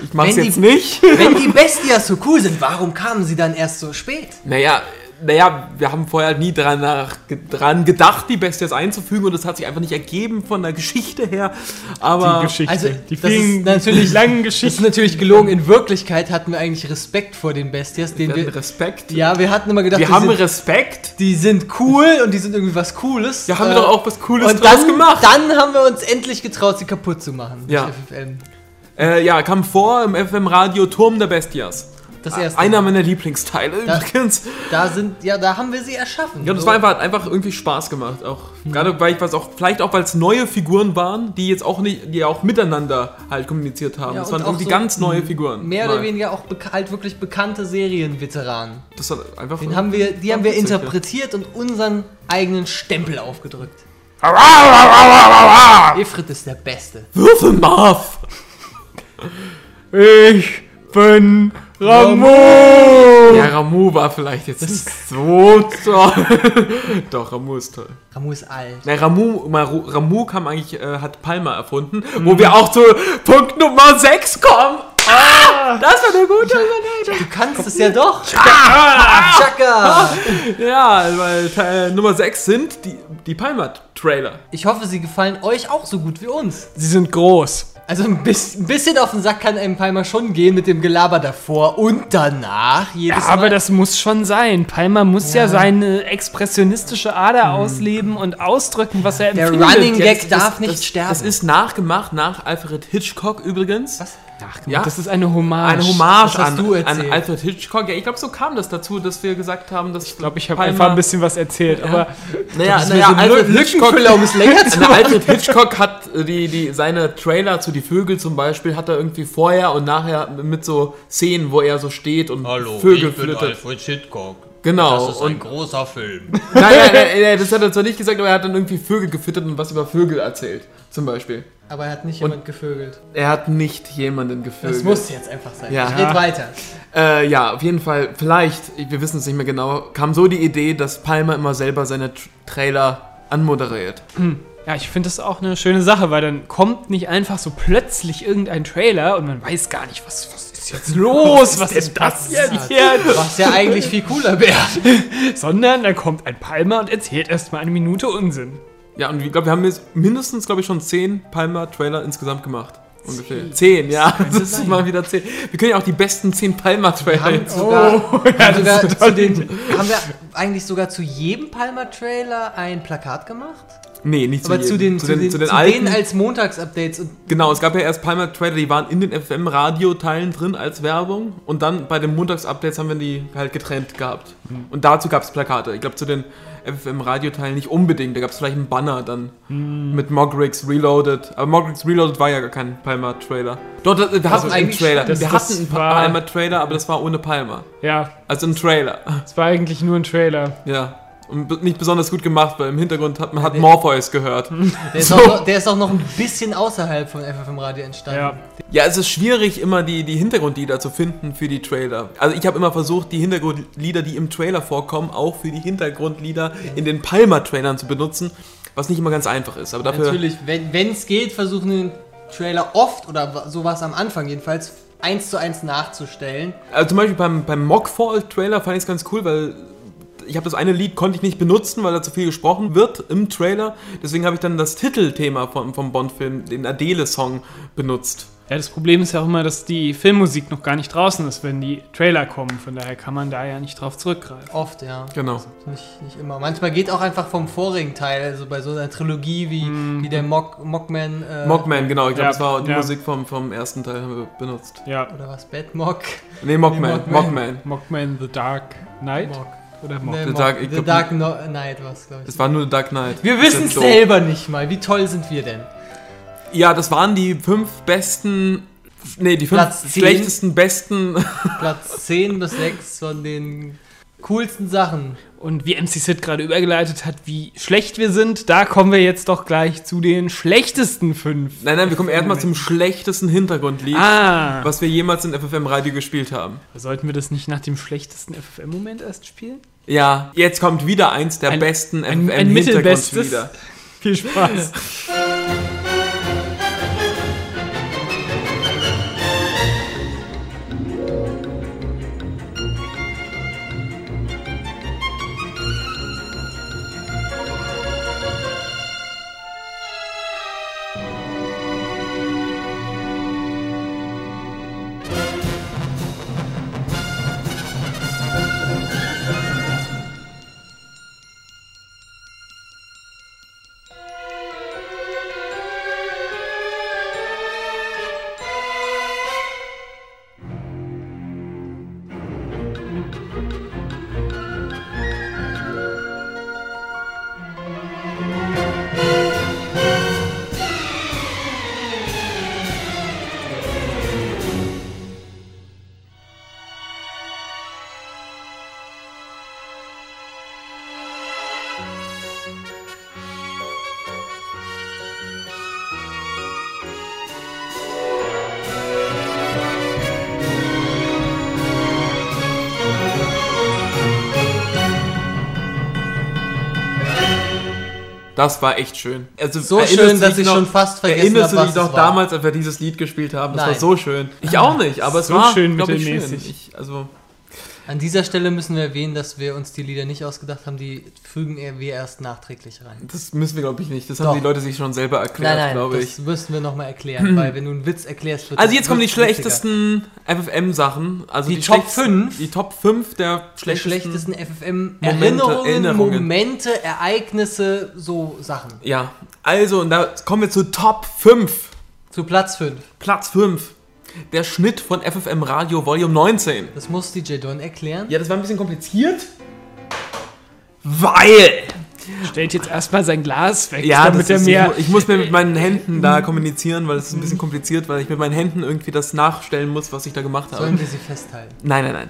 Speaker 2: Ich mach's
Speaker 3: Wenn die-
Speaker 2: jetzt nicht.
Speaker 3: Wenn die Bestias so cool sind, warum kamen sie dann erst so spät?
Speaker 2: Naja, naja, wir haben vorher halt nie dran, nach, dran gedacht, die Bestias einzufügen und das hat sich einfach nicht ergeben von der Geschichte her. Aber
Speaker 1: Geschichte.
Speaker 3: Also,
Speaker 1: die
Speaker 3: das ist
Speaker 1: vielen,
Speaker 3: natürlich-
Speaker 1: natürlich langen
Speaker 3: Das ist
Speaker 1: Geschichten.
Speaker 3: natürlich gelogen. In Wirklichkeit hatten wir eigentlich Respekt vor den Bestias. Den
Speaker 2: wir hatten
Speaker 3: wir,
Speaker 2: Respekt.
Speaker 3: ja, wir hatten immer gedacht,
Speaker 2: wir
Speaker 3: die,
Speaker 2: haben
Speaker 3: sind,
Speaker 2: Respekt.
Speaker 3: die sind cool und die sind irgendwie was Cooles.
Speaker 2: Ja, haben
Speaker 3: äh,
Speaker 2: wir doch auch was Cooles
Speaker 3: und dann, dann haben wir uns endlich getraut, sie kaputt zu machen. durch
Speaker 2: Ja.
Speaker 3: FFM.
Speaker 2: Äh, ja, kam vor im FM-Radio Turm der Bestias.
Speaker 3: Das erste.
Speaker 2: Einer meiner Lieblingsteile
Speaker 3: Da-
Speaker 2: übrigens.
Speaker 3: Da sind, ja, da haben wir sie erschaffen.
Speaker 2: Ja, das war einfach, hat einfach irgendwie Spaß gemacht. Auch
Speaker 3: Mhm.
Speaker 2: gerade weil ich was auch, vielleicht auch weil es neue Figuren waren, die jetzt auch nicht, die auch miteinander halt kommuniziert haben.
Speaker 3: Ja,
Speaker 2: das
Speaker 3: und
Speaker 2: waren
Speaker 3: auch
Speaker 2: irgendwie
Speaker 3: so
Speaker 2: ganz neue Figuren.
Speaker 3: mehr oder
Speaker 2: Mal.
Speaker 3: weniger auch beka- halt wirklich bekannte Serienveteranen.
Speaker 2: Das hat einfach.
Speaker 3: Den haben wir, die haben wir
Speaker 2: Witzig, ja.
Speaker 3: interpretiert und unseren eigenen Stempel aufgedrückt. Efrit ist der Beste.
Speaker 2: Würfelmarf!
Speaker 1: Ich bin Ramu!
Speaker 2: Ja, Ramu war vielleicht jetzt nicht so toll. Doch, Ramu ist toll.
Speaker 3: Ramu ist alt.
Speaker 2: Na, Ramu, Maru, Ramu kam eigentlich, äh, hat Palmer erfunden,
Speaker 3: Mhm.
Speaker 2: wo wir auch zu Punkt Nummer 6 kommen. Ah, das war eine gute Überleitung.
Speaker 3: Du kannst es ja doch.
Speaker 2: Ah,
Speaker 3: Chaka!
Speaker 2: ja, weil Teil Nummer 6 sind die, die Palmer-Trailer.
Speaker 3: Ich hoffe, sie gefallen euch auch so gut wie uns.
Speaker 1: Sie sind groß.
Speaker 3: Also ein bis- ein bisschen auf den Sack kann einem Palmer schon gehen mit dem Gelaber davor und danach.
Speaker 1: Ja,
Speaker 3: Jedes
Speaker 1: aber
Speaker 3: Mal.
Speaker 1: das muss schon sein. Palmer muss ja, Hm.
Speaker 3: Ja.
Speaker 1: seine expressionistische Ader ausleben und ausdrücken, was er
Speaker 3: Der
Speaker 1: empfindet.
Speaker 3: Running Gag
Speaker 2: Jetzt,
Speaker 3: darf
Speaker 2: das,
Speaker 3: nicht
Speaker 2: das,
Speaker 3: sterben.
Speaker 2: Das ist nachgemacht nach Alfred Hitchcock übrigens.
Speaker 3: Was?
Speaker 1: Nachgemacht.
Speaker 2: Ja.
Speaker 1: Das ist eine Hommage.
Speaker 2: Eine Hommage
Speaker 3: Das hast
Speaker 2: an,
Speaker 3: du
Speaker 2: an
Speaker 3: erzählt.
Speaker 2: Alfred Hitchcock. Ja, ich glaube, so kam das dazu, dass wir gesagt haben, dass.
Speaker 1: Ich glaube, ich habe einfach ein bisschen was erzählt, aber
Speaker 2: Naja,
Speaker 3: Das ist mir
Speaker 2: naja,
Speaker 3: so ein
Speaker 2: Alfred
Speaker 3: Lücken-
Speaker 2: Hitchcock.
Speaker 3: Lückenfüller, um es länger zu
Speaker 2: Na, Alfred Also Hitchcock hat äh, die, die, seine Trailer zu Die Vögel zum Beispiel, hat er irgendwie vorher und nachher mit so Szenen, wo er so steht und Vögel flüttert.
Speaker 4: Alfred Hitchcock.
Speaker 2: Genau. und,
Speaker 4: großer Film.
Speaker 2: naja, naja, naja, das hat er zwar nicht gesagt, aber er hat dann irgendwie Vögel gefüttert und was über Vögel erzählt. Zum Beispiel.
Speaker 3: Aber er hat nicht jemand gevögelt.
Speaker 2: Er hat nicht jemanden gefüttert.
Speaker 3: Das muss jetzt einfach sein.
Speaker 2: Ja.
Speaker 3: Ich rede weiter.
Speaker 2: Äh, ja, auf jeden Fall, vielleicht, ich- wir wissen es nicht mehr genau, kam so die Idee, dass Palmer immer selber seine Tr Trailer anmoderiert.
Speaker 1: ja, ich finde das auch eine schöne Sache, weil dann kommt nicht einfach so plötzlich irgendein Trailer und man weiß gar nicht, was, was ist jetzt los, was ist das jetzt?
Speaker 3: Was ja eigentlich viel cooler wäre.
Speaker 1: Sondern dann kommt ein Palmer und erzählt erstmal eine Minute Unsinn.
Speaker 2: Ja, und ich glaube, wir haben jetzt mindestens, glaube ich, schon zehn Palmer-Trailer insgesamt gemacht. Ungefähr. Zehn, ja. Das ist mal wieder zehn. Wir können ja auch die besten zehn Palmer-Trailer
Speaker 3: Haben
Speaker 2: jetzt.
Speaker 3: sogar, haben, sogar
Speaker 1: ist
Speaker 3: zu den, haben wir eigentlich sogar zu jedem Palmer-Trailer ein Plakat gemacht?
Speaker 2: Nee, nicht zu,
Speaker 3: Aber zu
Speaker 2: jedem.
Speaker 3: den,
Speaker 2: zu den, zu den
Speaker 3: zu
Speaker 2: alten.
Speaker 3: denen als Montags-Updates und
Speaker 2: genau, es gab ja erst Palmer-Trailer, die waren in den FM-Radio-Teilen drin als Werbung. Und dann bei den Montags-Updates haben wir die halt getrennt gehabt.
Speaker 1: Hm.
Speaker 2: Und dazu gab es Plakate. Ich glaube, zu den FM-Radio-Teilen nicht unbedingt. Da gab es vielleicht einen Banner dann
Speaker 1: Hm.
Speaker 2: mit Mogrix Reloaded. Aber Mogrix Reloaded war ja gar kein Palmer-Trailer. Dort, äh, wir hatten einen
Speaker 3: eigentlich
Speaker 2: Trailer.
Speaker 1: das-
Speaker 2: wir
Speaker 1: das
Speaker 2: hatten einen
Speaker 1: war-
Speaker 2: Palmer-Trailer, aber das war ohne Palmer.
Speaker 1: Ja,
Speaker 2: Also ein Trailer.
Speaker 1: es war eigentlich nur ein Trailer.
Speaker 2: Ja. Und b- nicht besonders gut gemacht, weil im Hintergrund hat man hat Morpheus
Speaker 1: Hm.
Speaker 2: gehört.
Speaker 3: Der ist,
Speaker 2: So.
Speaker 3: auch noch, der ist auch noch ein bisschen außerhalb von FFM Radio entstanden.
Speaker 1: Ja.
Speaker 2: Ja, es ist schwierig, immer die, die Hintergrundlieder zu finden für die Trailer. Also ich habe immer versucht, die Hintergrundlieder, die im Trailer vorkommen, auch für die Hintergrundlieder in den Palmer-Trailern zu benutzen, was nicht immer ganz einfach ist. Aber dafür
Speaker 3: Natürlich, wenn es geht, versuchen den Trailer oft oder wa- sowas am Anfang jedenfalls eins zu eins nachzustellen.
Speaker 2: Also zum Beispiel beim, beim Mockfall-Trailer fand ich es ganz cool, weil ich habe das eine Lied konnte ich nicht benutzen, weil da zu viel gesprochen wird im Trailer. Deswegen habe ich dann das Titelthema vom, vom Bond-Film, den Adele-Song, benutzt.
Speaker 1: Ja, das Problem ist ja auch immer, dass die Filmmusik noch gar nicht draußen ist, wenn die Trailer kommen. Von daher kann man da ja nicht drauf zurückgreifen.
Speaker 3: Oft, ja.
Speaker 2: Genau.
Speaker 3: Nicht, nicht immer. Manchmal geht auch einfach vom vorigen Teil, also bei so einer Trilogie wie, wie der Mock, Mockman äh,
Speaker 2: Mockman, genau. Ich glaube,
Speaker 1: Ja,
Speaker 2: das war die
Speaker 1: ja.
Speaker 2: Musik vom, vom ersten Teil haben wir benutzt.
Speaker 1: Ja,
Speaker 3: oder was, Batmock.
Speaker 2: Nee, Mockman.
Speaker 3: Mockman.
Speaker 2: Mockman.
Speaker 1: Mockman The Dark Knight
Speaker 3: Mock.
Speaker 1: oder Mock?
Speaker 3: Nee,
Speaker 2: The
Speaker 3: Mock.
Speaker 2: Dark- ich
Speaker 3: The
Speaker 2: glaub,
Speaker 3: Dark no Knight war es, glaube ich.
Speaker 2: Es war nur The Dark Knight.
Speaker 3: Wir wissen es
Speaker 2: So.
Speaker 3: selber nicht mal. Wie toll sind wir denn?
Speaker 2: Ja, das waren die fünf besten. Nee, die fünf
Speaker 3: Platz zehn.
Speaker 2: schlechtesten, besten.
Speaker 3: Platz 10 bis 6 von den coolsten Sachen.
Speaker 1: Und wie MC Sid gerade übergeleitet hat, wie schlecht wir sind, da kommen wir jetzt doch gleich zu den schlechtesten fünf.
Speaker 2: Nein, nein, wir kommen erstmal zum schlechtesten Hintergrundlied,
Speaker 1: Ah,
Speaker 2: was wir jemals in FFM-Radio gespielt haben.
Speaker 1: sollten wir das nicht nach dem schlechtesten FFM-Moment erst spielen?
Speaker 2: Ja, jetzt kommt wieder eins der
Speaker 1: Ein-
Speaker 2: besten
Speaker 1: ein-
Speaker 2: ffm
Speaker 1: ein mittelbestes.
Speaker 2: Hintergrundlieder.
Speaker 1: Viel Spaß.
Speaker 2: Das war echt schön. Also,
Speaker 3: So
Speaker 2: erinnerst
Speaker 3: schön,
Speaker 2: du
Speaker 3: dass
Speaker 2: dich
Speaker 3: ich
Speaker 2: noch-
Speaker 3: schon fast vergessen
Speaker 2: Erinnerst du
Speaker 3: hab,
Speaker 2: dich
Speaker 3: was
Speaker 2: doch
Speaker 3: es war?
Speaker 2: damals, als wir dieses Lied gespielt haben? Das
Speaker 3: Nein. Ah,
Speaker 2: war so schön. Ich auch nicht, aber es
Speaker 1: So
Speaker 2: war
Speaker 1: schön
Speaker 2: glaub ich,
Speaker 1: mittelmäßig.
Speaker 2: Ich, also,
Speaker 3: An dieser Stelle müssen wir erwähnen, dass wir uns die Lieder nicht ausgedacht haben, die fügen wir erst nachträglich rein.
Speaker 2: das müssen wir, glaube ich, nicht. Das
Speaker 3: Doch.
Speaker 2: haben die Leute sich schon selber erklärt, glaube ich.
Speaker 3: das müssen wir nochmal erklären, weil wenn du einen Witz erklärst, wird
Speaker 2: Also
Speaker 3: das
Speaker 2: jetzt kommen die
Speaker 3: witziger.
Speaker 2: schlechtesten FFM-Sachen. Also
Speaker 3: Die Top
Speaker 2: schlechtesten-
Speaker 3: fünf?
Speaker 2: Die Top 5 der
Speaker 3: Die
Speaker 2: schlechtesten.
Speaker 3: schlechtesten FFM
Speaker 2: Momente,
Speaker 3: Erinnerungen,
Speaker 2: Erinnerungen.
Speaker 3: Momente, Ereignisse, so Sachen.
Speaker 2: Ja, also und da kommen wir zu Top 5.
Speaker 3: Zu Platz 5.
Speaker 2: Platz 5. Der Schnitt von FFM Radio Volume 19.
Speaker 3: Das muss DJ Don erklären.
Speaker 2: Ja, das war ein bisschen kompliziert. Weil.
Speaker 1: Stellt jetzt erstmal sein Glas weg,
Speaker 2: Ja,
Speaker 1: damit
Speaker 2: das
Speaker 1: er
Speaker 2: ist,
Speaker 1: mehr.
Speaker 2: ich, mu- ich muss mir mit meinen Händen da kommunizieren, weil es ist ein bisschen kompliziert, weil ich mit meinen Händen irgendwie das nachstellen muss, was ich da gemacht habe.
Speaker 3: Sollen wir sie festhalten?
Speaker 2: Nein, nein, nein.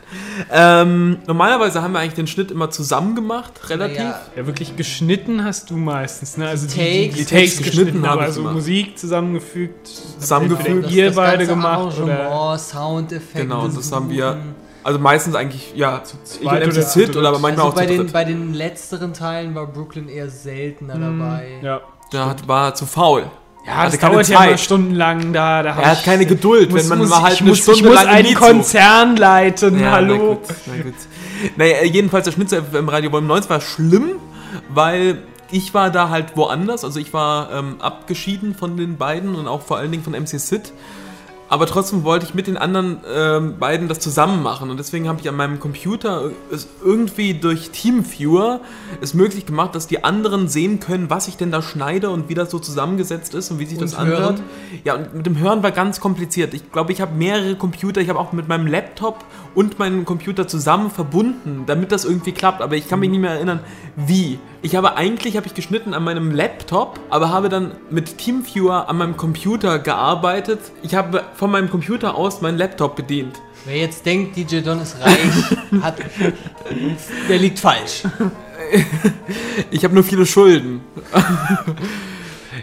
Speaker 2: Ähm, normalerweise haben wir eigentlich den Schnitt immer zusammen gemacht, relativ.
Speaker 3: Naja,
Speaker 1: Ja, wirklich geschnitten hast du meistens, ne? Also die
Speaker 3: Takes-
Speaker 1: die, die Takes
Speaker 2: geschnitten
Speaker 1: geschnitten,
Speaker 2: habe
Speaker 1: aber
Speaker 2: ich
Speaker 1: also
Speaker 2: gemacht.
Speaker 1: Musik zusammengefügt,
Speaker 2: Zusammengefügt.
Speaker 1: entweder ihr beide
Speaker 3: ganze
Speaker 1: gemacht oder
Speaker 3: Arrangement, Soundeffekte.
Speaker 2: Genau, das haben wir
Speaker 3: suchen.
Speaker 2: Also meistens eigentlich, ja, zu
Speaker 1: zweit
Speaker 2: ich und
Speaker 1: oder
Speaker 2: MC Sid
Speaker 1: zu dritt.
Speaker 2: oder aber manchmal
Speaker 3: Also bei
Speaker 2: auch zu
Speaker 3: den,
Speaker 2: dritt.
Speaker 3: bei den letzteren Teilen war Brooklyn eher seltener dabei.
Speaker 1: Mhm. ja.
Speaker 2: Der hat, war zu faul.
Speaker 1: Ja,
Speaker 2: Hatte
Speaker 1: das
Speaker 2: keine
Speaker 1: dauert ja
Speaker 2: Zeit.
Speaker 1: immer stundenlang da. da hab
Speaker 2: Er hat
Speaker 1: ich-
Speaker 2: keine Geduld,
Speaker 1: muss,
Speaker 2: wenn man
Speaker 1: muss,
Speaker 2: mal halt
Speaker 1: ich
Speaker 2: eine
Speaker 1: muss,
Speaker 2: Stunde
Speaker 1: ich muss
Speaker 2: lang ein
Speaker 1: einen
Speaker 2: Lied sucht.
Speaker 1: Konzern leiten,
Speaker 2: Ja, Na
Speaker 1: hallo.
Speaker 2: gut, na gut. Naja, äh, jedenfalls der Schnitzer im Radio Volume 9 war schlimm, weil ich war da halt woanders. Also ich war ähm, abgeschieden von den beiden und auch vor allen Dingen von MC Sid. Aber trotzdem wollte ich mit den anderen ähm, beiden das zusammen machen. Und deswegen habe ich an meinem Computer äh, es irgendwie durch Teamviewer es möglich gemacht, dass die anderen sehen können, was ich denn da schneide und wie das so zusammengesetzt ist und wie sich
Speaker 3: Und
Speaker 2: das
Speaker 3: hören.
Speaker 2: anhört. Ja, und mit dem Hören war ganz kompliziert. Ich glaube, ich habe mehrere Computer, ich habe auch mit meinem Laptop und meinem Computer zusammen verbunden, damit das irgendwie klappt. Aber ich kann
Speaker 1: Mhm.
Speaker 2: mich nicht mehr erinnern, wie. Ich habe eigentlich habe ich geschnitten an meinem Laptop, aber habe dann mit Teamviewer an meinem Computer gearbeitet. Ich habe von meinem Computer aus meinen Laptop bedient.
Speaker 3: Wer jetzt denkt, DJ Don ist reich, hat, der liegt falsch.
Speaker 2: Ich habe nur viele Schulden.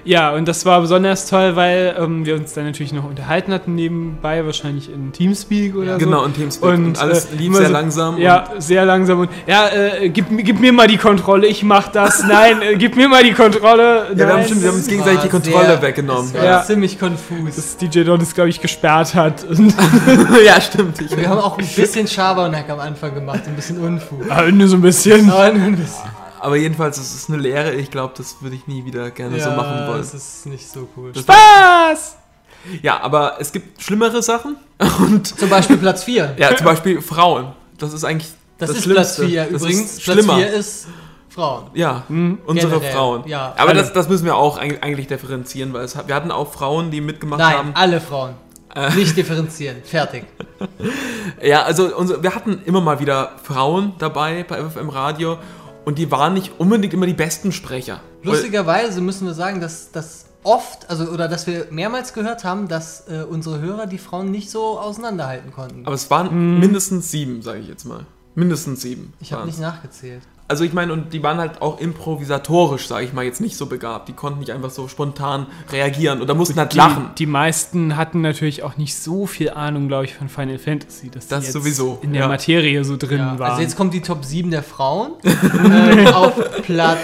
Speaker 1: Ja, und das war besonders toll, weil ähm, wir uns dann natürlich noch unterhalten hatten nebenbei, wahrscheinlich in Teamspeak oder so.
Speaker 2: Genau, und Teamspeak.
Speaker 1: Also Und,
Speaker 2: Und, alles
Speaker 1: äh,
Speaker 2: lief
Speaker 1: immer
Speaker 2: sehr
Speaker 1: so-
Speaker 2: langsam.
Speaker 1: Ja, sehr langsam und ja, äh, gib, mi- gib mir mal die Kontrolle, ich mach das. Nein, äh, gib mir mal die Kontrolle.
Speaker 2: Und, ja, wir haben,
Speaker 1: Nein.
Speaker 2: schon, wir haben uns gegenseitig
Speaker 1: Ah,
Speaker 2: die
Speaker 3: War
Speaker 2: Kontrolle
Speaker 3: sehr-
Speaker 2: weggenommen.
Speaker 3: Es war
Speaker 1: Ja.
Speaker 3: ziemlich konfus.
Speaker 1: dass DJ Don es, glaube ich, gesperrt hat. Und
Speaker 2: ja, stimmt. Ich,
Speaker 3: Wir haben auch ein bisschen Schabernack am Anfang gemacht, ein bisschen Unfug.
Speaker 1: Ah, nur so ein bisschen.
Speaker 3: Aber nur ein bisschen.
Speaker 2: Aber jedenfalls, es ist eine Lehre. Ich glaube, das würde ich nie wieder gerne so machen wollen.
Speaker 3: Das ist nicht so cool.
Speaker 2: Das-
Speaker 1: Was?
Speaker 2: Ja, aber es gibt schlimmere Sachen. Und
Speaker 3: Zum Beispiel Platz 4.
Speaker 2: ja, zum Beispiel Frauen. Das ist eigentlich
Speaker 3: Das, ist
Speaker 2: Schlimmste.
Speaker 3: Platz 4.
Speaker 2: Das
Speaker 3: Übrigens,
Speaker 2: ist
Speaker 3: Platz
Speaker 2: schlimmer.
Speaker 3: 4 ist Frauen.
Speaker 2: ja, unsere
Speaker 3: Generell,
Speaker 2: Frauen.
Speaker 3: ja. Also
Speaker 2: aber
Speaker 1: Alle.
Speaker 2: das, das müssen wir auch eig- eigentlich differenzieren, weil es, hat- wir hatten auch Frauen, die mitgemacht haben. Äh.
Speaker 3: Nein, alle Frauen. Nicht differenzieren. Fertig.
Speaker 2: Ja, also unsere, wir hatten immer mal wieder Frauen dabei bei FFM Radio und die waren nicht unbedingt immer die besten Sprecher.
Speaker 3: Lustigerweise müssen wir sagen, dass das oft, also oder dass wir mehrmals gehört haben, dass äh, unsere Hörer die Frauen nicht so auseinanderhalten konnten.
Speaker 2: Aber es waren mindestens sieben, sage ich jetzt mal. Mindestens sieben.
Speaker 3: Hm. ich habe
Speaker 2: waren's.
Speaker 3: nicht nachgezählt.
Speaker 2: Also ich meine, und die waren halt auch improvisatorisch, sage ich mal, jetzt nicht so begabt. Die konnten nicht einfach so spontan reagieren oder mussten halt lachen.
Speaker 1: Die, die meisten hatten natürlich auch nicht so viel Ahnung, glaube ich, von Final Fantasy, dass
Speaker 2: Das
Speaker 1: die
Speaker 2: sowieso,
Speaker 1: in der
Speaker 2: ja.
Speaker 1: Materie so drin
Speaker 3: Ja,
Speaker 1: waren.
Speaker 3: also jetzt kommt die Top 7 der Frauen. ähm, auf Platz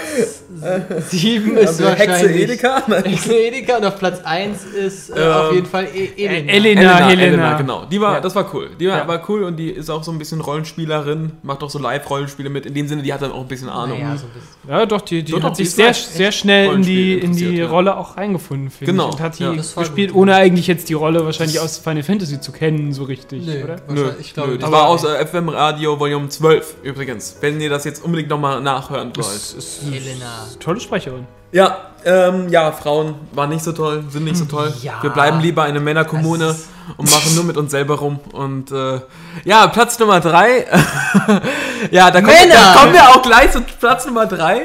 Speaker 3: 7 ist
Speaker 2: Also
Speaker 3: wahrscheinlich Hexe Edeka und auf Platz 1 ist äh, auf
Speaker 2: Ähm,
Speaker 3: jeden Fall e Elena.
Speaker 1: Äh, Elena,
Speaker 2: Elena, Elena,
Speaker 1: Helena.
Speaker 2: genau. Die war,
Speaker 1: Ja.
Speaker 2: das war cool. Die war,
Speaker 1: Ja.
Speaker 2: war cool und die ist auch so ein bisschen Rollenspielerin, macht auch so Live-Rollenspiele mit. In dem Sinne, die hat dann auch ein bisschen Ahnung.
Speaker 3: Naja, Ah, so ein bisschen.
Speaker 1: Ja, doch, die, die
Speaker 2: Doch, doch,
Speaker 1: hat
Speaker 2: die
Speaker 1: sich
Speaker 2: ist halt
Speaker 1: sehr,
Speaker 2: echt-
Speaker 1: sehr
Speaker 2: echt
Speaker 1: schnell in die,
Speaker 2: Rollenspiel
Speaker 1: in die
Speaker 2: interessiert, ja.
Speaker 1: Rolle auch reingefunden, finde
Speaker 2: Genau,
Speaker 1: ich. Und hat die
Speaker 2: ja.
Speaker 3: Das war
Speaker 1: gespielt,
Speaker 3: gut.
Speaker 1: ohne eigentlich jetzt die Rolle wahrscheinlich aus Final Fantasy zu kennen, so richtig,
Speaker 3: Nö,
Speaker 1: oder?
Speaker 2: Nö,
Speaker 3: wahrscheinlich- Also ich glaube,
Speaker 2: nö. Das
Speaker 3: nicht.
Speaker 2: war aus äh, FM Radio Volume 12 übrigens, wenn ihr das jetzt unbedingt nochmal nachhören wollt.
Speaker 1: Es ist
Speaker 3: Elena.
Speaker 1: eine tolle Sprecherin.
Speaker 2: Ja, ähm, ja, Frauen waren nicht so toll, sind nicht so toll.
Speaker 3: Ja.
Speaker 2: Wir bleiben lieber eine Männerkommune
Speaker 3: Das-
Speaker 2: und machen nur mit uns selber rum. Und äh, ja, Platz Nummer 3. ja, da kommen,
Speaker 3: Männer!
Speaker 2: da kommen wir auch gleich zu Platz Nummer 3.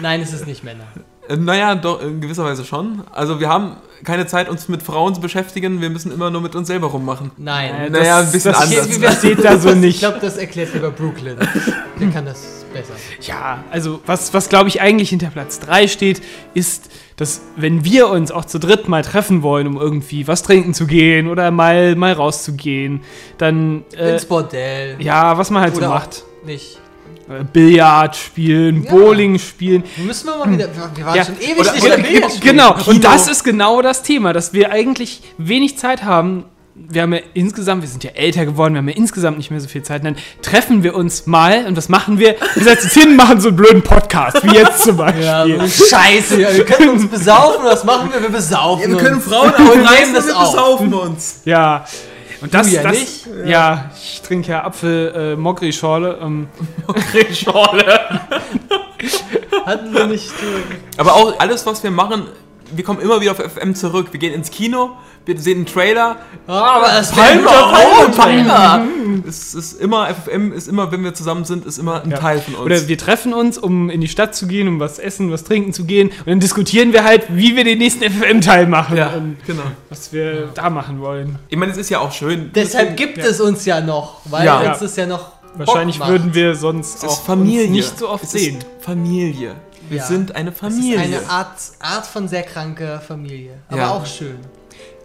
Speaker 3: Nein, es ist nicht Männer.
Speaker 2: Äh, Naja, doch, in gewisser Weise schon. Also wir haben keine Zeit, uns mit Frauen zu beschäftigen. Wir müssen immer nur mit uns selber rummachen.
Speaker 1: Äh,
Speaker 3: Nein.
Speaker 2: Naja, ein bisschen
Speaker 1: das,
Speaker 2: anders.
Speaker 1: Das steht da so
Speaker 3: Ich
Speaker 1: nicht.
Speaker 3: glaube, das erklärt lieber Brooklyn. Der kann das besser.
Speaker 1: Ja, also was, was glaube ich eigentlich hinter Platz 3 steht, ist, dass wenn wir uns auch zu dritt mal treffen wollen, um irgendwie was trinken zu gehen oder mal, mal rauszugehen, dann äh,
Speaker 3: Ins Bordell.
Speaker 1: ja, was man halt so
Speaker 3: Oder auch
Speaker 1: macht.
Speaker 3: Nicht.
Speaker 1: äh, Billard spielen,
Speaker 3: Ja.
Speaker 1: Bowling spielen.
Speaker 3: Müssen wir mal wieder. Wir waren
Speaker 1: Ja.
Speaker 3: schon ewig
Speaker 2: Oder-
Speaker 3: nicht
Speaker 2: oder-
Speaker 3: mehr Billard spielen.
Speaker 1: Genau,
Speaker 2: Kino.
Speaker 1: und das ist genau das Thema, dass wir eigentlich wenig Zeit haben. Wir haben ja insgesamt, wir sind ja älter geworden, wir haben ja insgesamt nicht mehr so viel Zeit. Und dann treffen wir uns mal und was machen wir? Wir setzen uns hin, machen so einen blöden Podcast, wie jetzt zum Beispiel.
Speaker 3: Ja, so eine Scheiße. Ja, wir können uns besaufen. Was machen wir? Wir besaufen.
Speaker 2: Wir können
Speaker 3: uns.
Speaker 2: Frauen
Speaker 3: Wir
Speaker 2: aufreißen,
Speaker 3: nehmen das
Speaker 2: wir
Speaker 3: auf.
Speaker 2: besaufen uns.
Speaker 1: Ja. Und das,
Speaker 3: ja
Speaker 1: das,
Speaker 3: nicht.
Speaker 1: Ja. ich trinke ja Apfel äh, Mogri Schorle. Ähm,
Speaker 3: Hatten wir nicht.
Speaker 2: Aber auch alles, was wir machen, wir kommen immer wieder auf FM zurück. Wir gehen ins Kino, wir sehen einen Trailer.
Speaker 3: Oh, aber das
Speaker 2: oh, Palmer!
Speaker 3: Mhm.
Speaker 2: Mhm. Es ist immer, FFM ist immer, wenn wir zusammen sind, ist immer ein
Speaker 1: ja.
Speaker 2: Teil von uns.
Speaker 1: Oder wir treffen uns, um in die Stadt zu gehen, um was essen, was trinken zu gehen. Und dann diskutieren wir halt, wie wir den nächsten FFM-Teil machen
Speaker 2: ja,
Speaker 1: und
Speaker 2: genau.
Speaker 1: was wir da machen wollen.
Speaker 2: Ich meine, es ist ja auch schön.
Speaker 3: Deshalb gibt es uns ja noch, weil
Speaker 2: Ja.
Speaker 3: uns das ja noch.
Speaker 1: Wahrscheinlich
Speaker 3: Bock macht.
Speaker 1: würden wir sonst
Speaker 2: es ist
Speaker 1: auch
Speaker 2: Familie.
Speaker 1: uns nicht so oft
Speaker 2: es
Speaker 1: sehen.
Speaker 2: Ist Familie. Wir
Speaker 3: Ja.
Speaker 2: sind eine
Speaker 3: Das
Speaker 2: Familie.
Speaker 3: ist eine Art, Art von sehr kranker Familie. Aber
Speaker 2: Ja.
Speaker 3: auch schön.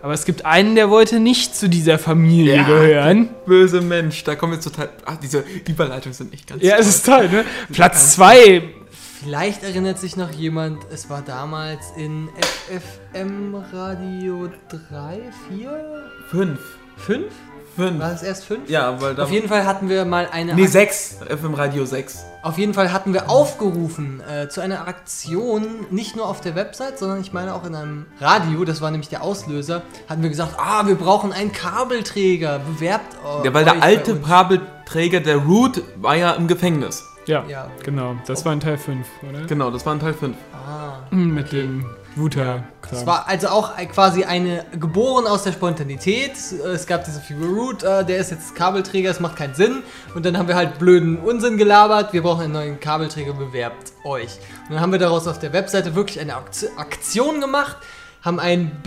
Speaker 1: Aber es gibt einen, der wollte nicht zu dieser Familie
Speaker 2: Ja.
Speaker 1: gehören.
Speaker 2: böse Mensch. Da kommen wir zu Teil. Ach, diese Überleitungen sind nicht ganz.
Speaker 1: Ja, es
Speaker 2: toll.
Speaker 1: ist toll, ne? Platz 2.
Speaker 3: Vielleicht erinnert sich noch jemand, es war damals in FFM Radio 3, 4,
Speaker 2: fünf.
Speaker 3: 5?
Speaker 2: Fünf.
Speaker 3: War es erst 5?
Speaker 2: Ja, weil da.
Speaker 3: Auf jeden Fall hatten wir mal eine
Speaker 2: nee,
Speaker 3: Ak-
Speaker 2: sechs. FM Radio sechs.
Speaker 3: Auf jeden Fall hatten wir aufgerufen äh, zu einer Aktion, nicht nur auf der Website, sondern ich meine auch in einem Radio, das war nämlich der Auslöser, hatten wir gesagt, ah, wir brauchen einen Kabelträger, bewerbt euch.
Speaker 2: Ja, weil der
Speaker 3: bei
Speaker 2: alte
Speaker 3: uns.
Speaker 2: Kabelträger, der Root, war ja im Gefängnis.
Speaker 1: Ja,
Speaker 3: Ja.
Speaker 1: genau. Das war in Teil 5, oder?
Speaker 2: Genau, das war in Teil 5.
Speaker 3: Ah.
Speaker 1: Hm, Mit dem Wuta.
Speaker 3: Es war also auch äh, quasi eine geboren aus der Spontanität. Äh, Es gab diese Figur Root, äh, der ist jetzt Kabelträger, es macht keinen Sinn. Und dann haben wir halt blöden Unsinn gelabert. Wir brauchen einen neuen Kabelträger, bewerbt euch. Und dann haben wir daraus auf der Webseite wirklich eine Akt- Aktion gemacht, haben einen